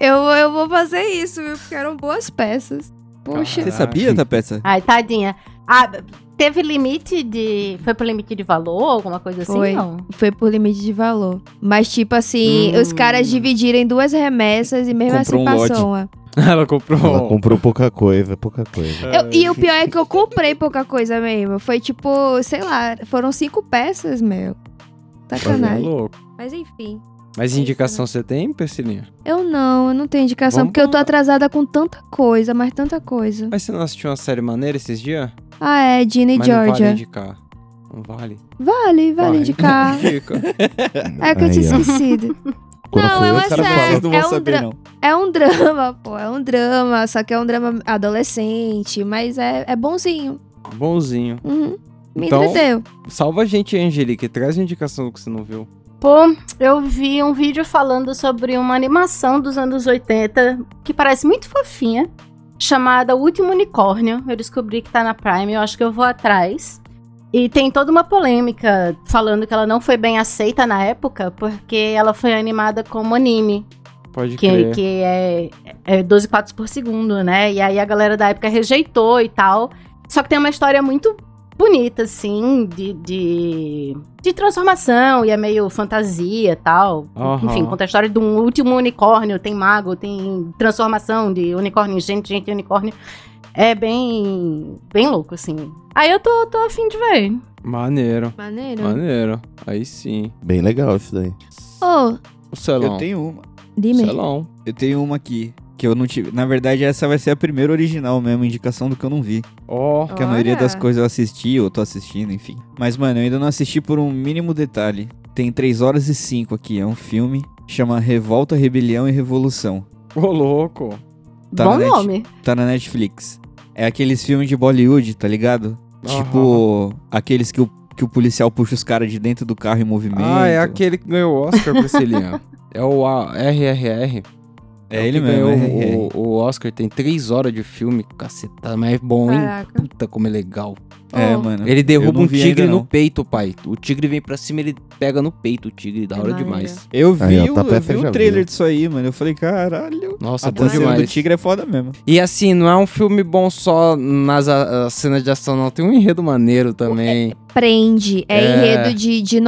Speaker 2: Eu, eu vou fazer isso, viu? Porque eram boas peças. Poxa.
Speaker 6: Você sabia, tá, Tapeça?
Speaker 3: Ai, tadinha. Ah, teve limite de... Foi pro limite de valor, alguma coisa assim?
Speaker 2: Foi.
Speaker 3: Não.
Speaker 2: Foi por limite de valor. Mas, tipo assim,
Speaker 3: Hum.
Speaker 2: os caras dividirem duas remessas e mesmo
Speaker 6: Comprou
Speaker 2: assim
Speaker 6: um lote.
Speaker 2: passou uma.
Speaker 4: *laughs* Ela comprou.
Speaker 5: Ela comprou pouca coisa, pouca coisa.
Speaker 2: Eu- e o pior é que eu comprei pouca coisa mesmo. Foi tipo, sei lá, foram cinco peças, meu.
Speaker 4: É
Speaker 2: Sacanagem.
Speaker 4: louco.
Speaker 2: Mas enfim.
Speaker 4: Mas indicação você tem, Persilinha?
Speaker 2: Eu não, eu não tenho indicação,
Speaker 4: Vamos
Speaker 2: porque eu tô
Speaker 4: pra-
Speaker 2: atrasada com tanta coisa, mas tanta coisa.
Speaker 4: Mas você não assistiu uma série maneira esses dias?
Speaker 2: Ah, é, Gina e
Speaker 4: Mas não vale
Speaker 2: Georgia.
Speaker 4: indicar. Não vale.
Speaker 2: Vale, vale,
Speaker 4: Vai. *laughs*
Speaker 2: indicar.
Speaker 4: Indica.
Speaker 2: É que eu tinha
Speaker 5: Aí, ó.
Speaker 2: esquecido.
Speaker 5: Quando
Speaker 2: Não, eu
Speaker 5: fui
Speaker 2: é
Speaker 5: eu, o cara
Speaker 2: sério.
Speaker 5: falou.
Speaker 6: Vocês não
Speaker 2: é
Speaker 6: vão
Speaker 2: um
Speaker 6: saber,
Speaker 2: dra-
Speaker 6: não.
Speaker 2: É um drama, pô, é um drama, só que é um drama adolescente, mas é, é bonzinho.
Speaker 4: Bonzinho.
Speaker 2: Uhum. Me
Speaker 4: Então-
Speaker 2: entreteu.
Speaker 4: Salva a gente, Angelique. Traz a indicação que você não viu.
Speaker 3: Pô, eu vi um vídeo falando sobre uma animação dos anos 80 que parece muito fofinha. chamada O Último Unicórnio. Eu descobri que tá na Prime, eu acho que eu vou atrás. E tem toda uma polêmica falando que ela não foi bem aceita na época, porque ela foi animada como anime
Speaker 4: Pode
Speaker 3: que,
Speaker 4: crer.
Speaker 3: que é, é 12 quadros por segundo, né? E aí a galera da época rejeitou e tal. Só que tem uma história muito bonita, assim, de, de, de transformação e é meio fantasia e tal.
Speaker 4: Aham.
Speaker 3: Enfim, conta a história de um último unicórnio, tem mago, tem transformação de unicórnio, em gente, gente, em unicórnio. É bem, bem louco, assim. Aí eu tô, tô afim de ver.
Speaker 4: Maneiro.
Speaker 2: Maneiro.
Speaker 4: Maneiro. Aí sim.
Speaker 5: Bem legal isso daí.
Speaker 2: Ô,
Speaker 4: O Celão.
Speaker 6: Eu tenho uma.
Speaker 2: Dime.
Speaker 4: Celão.
Speaker 6: Eu tenho uma aqui. Que eu não tive. Na verdade, essa vai ser a primeira original mesmo, indicação do que eu não vi.
Speaker 4: Ó.
Speaker 6: Porque a maioria
Speaker 2: Olha.
Speaker 6: das coisas eu assisti, ou tô assistindo, enfim. Mas, mano, eu ainda não assisti por um mínimo detalhe. Tem 3 horas e 5 aqui, é um filme. Chama Revolta, Rebelião e Revolução.
Speaker 4: Ô, louco.
Speaker 6: Tá
Speaker 3: Bom
Speaker 6: na net-
Speaker 3: nome.
Speaker 6: Tá na Netflix. É aqueles filmes de Bollywood, tá ligado? Tipo, aqueles que o, que o policial puxa os caras de dentro do carro em movimento.
Speaker 4: Ah, é aquele que ganhou o Oscar, Priscilinha. *laughs* é o A- RRR.
Speaker 6: É
Speaker 4: o
Speaker 6: ele
Speaker 4: que
Speaker 6: mesmo.
Speaker 4: ganhou
Speaker 6: é, é.
Speaker 4: O, o Oscar tem três horas de filme. Caceta, mas é bom, hein?
Speaker 2: Caraca.
Speaker 4: Puta, como é legal.
Speaker 6: É,
Speaker 2: Oh.
Speaker 6: mano.
Speaker 4: Ele
Speaker 6: Eu
Speaker 4: derruba
Speaker 6: não
Speaker 4: um
Speaker 6: vi
Speaker 4: tigre
Speaker 6: ainda,
Speaker 4: no
Speaker 6: não.
Speaker 4: peito, pai. O tigre vem pra cima, ele pega no peito o tigre. Da
Speaker 2: É
Speaker 4: hora
Speaker 2: maneiro.
Speaker 4: demais.
Speaker 6: Eu vi,
Speaker 5: Aí, ó,
Speaker 6: o-
Speaker 5: tá
Speaker 6: eu
Speaker 5: perto,
Speaker 6: vi
Speaker 5: eu já
Speaker 6: o
Speaker 5: vi.
Speaker 6: trailer disso aí, mano. Eu falei, caralho.
Speaker 4: Nossa,
Speaker 6: A
Speaker 4: é bom
Speaker 6: dança do
Speaker 4: demais.
Speaker 6: tigre é foda mesmo.
Speaker 4: E assim, não é um filme bom só nas a- as cenas de ação, não. Tem um enredo maneiro também.
Speaker 2: Prende. É,
Speaker 4: É.
Speaker 2: enredo de, de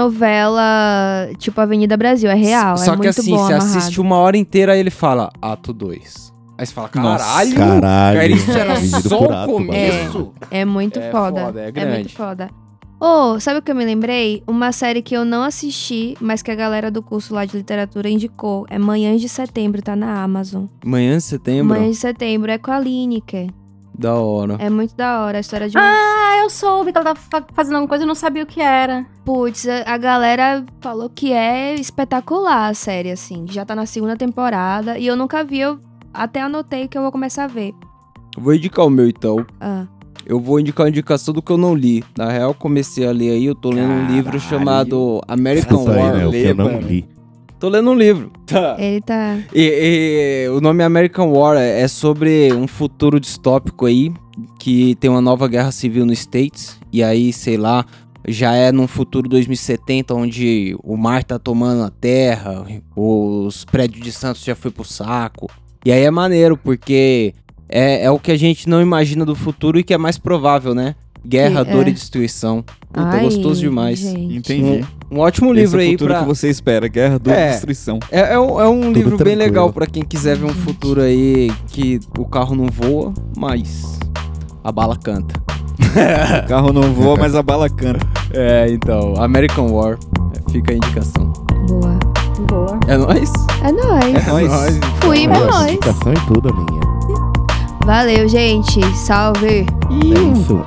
Speaker 2: novela, tipo Avenida Brasil. É real.
Speaker 4: Só
Speaker 2: é
Speaker 4: que
Speaker 2: muito
Speaker 4: assim,
Speaker 2: bom
Speaker 4: você
Speaker 2: amarrado.
Speaker 4: assiste uma hora inteira e ele fala, ato 2. Aí você fala,
Speaker 6: Nossa,
Speaker 4: caralho!
Speaker 5: Caralho.
Speaker 4: Cara, isso era
Speaker 5: Vendido
Speaker 4: só
Speaker 5: por
Speaker 4: o
Speaker 5: ato, mano.
Speaker 4: começo.
Speaker 2: É muito
Speaker 4: É
Speaker 2: foda.
Speaker 4: foda, é
Speaker 2: muito
Speaker 4: grande.
Speaker 2: foda. Ô, sabe o que eu me lembrei? Uma série que eu não assisti, mas que a galera do curso lá de literatura indicou. É Manhãs de Setembro, tá na Amazon.
Speaker 4: Manhã de setembro,
Speaker 2: Manhãs de Setembro é com a Lineker.
Speaker 4: da hora.
Speaker 2: É muito da hora a história de uma
Speaker 3: Ah, eu soube que ela tava fa- fazendo alguma coisa e eu não sabia o que era.
Speaker 2: Putz, a a galera falou que é espetacular a série, assim. Já tá na segunda temporada e eu nunca vi, eu até anotei que eu vou começar a ver.
Speaker 4: Vou indicar o meu então.
Speaker 2: Ah,
Speaker 4: Eu vou indicar a indicação do que eu não li. Na real, comecei a ler aí, eu tô lendo um livro chamado American
Speaker 5: Isso aí,
Speaker 4: War.
Speaker 5: né? O que eu não
Speaker 6: mano.
Speaker 5: li.
Speaker 4: Tô lendo um livro.
Speaker 2: ele tá.
Speaker 4: E, e- o nome American War é é sobre um futuro distópico aí, que tem uma nova guerra civil nos States, e aí, sei lá, já é num futuro 2070, onde o mar tá tomando a terra, os prédios de Santos já foi pro saco. E aí é maneiro, porque é, é o que a gente não imagina do futuro e que é mais provável, né? Guerra,
Speaker 2: Que-
Speaker 4: dor
Speaker 2: é.
Speaker 4: e destruição. Puta, é
Speaker 2: Ai,
Speaker 4: gostoso demais.
Speaker 2: gente.
Speaker 6: Entendi.
Speaker 4: Um ótimo
Speaker 6: Esse
Speaker 4: livro
Speaker 6: é o
Speaker 4: aí
Speaker 6: futuro
Speaker 4: pra...
Speaker 6: que você espera. Guerra, dor
Speaker 4: É.
Speaker 6: e destruição.
Speaker 4: É, é um, é um livro bem
Speaker 5: tranquilo.
Speaker 4: legal pra quem quiser ver um futuro aí que o carro não voa, mas a bala canta.
Speaker 6: O carro não
Speaker 5: *laughs*
Speaker 6: voa, mas a bala canta.
Speaker 4: É, então, American War. É, Fica a indicação.
Speaker 2: Boa.
Speaker 3: Boa.
Speaker 4: É nóis?
Speaker 2: É nóis.
Speaker 6: Nós.
Speaker 2: Fui, é
Speaker 5: Aí, ó,
Speaker 2: nóis.
Speaker 5: Indicação e tudo, minha.
Speaker 2: Valeu, gente. Salve.
Speaker 5: É isso.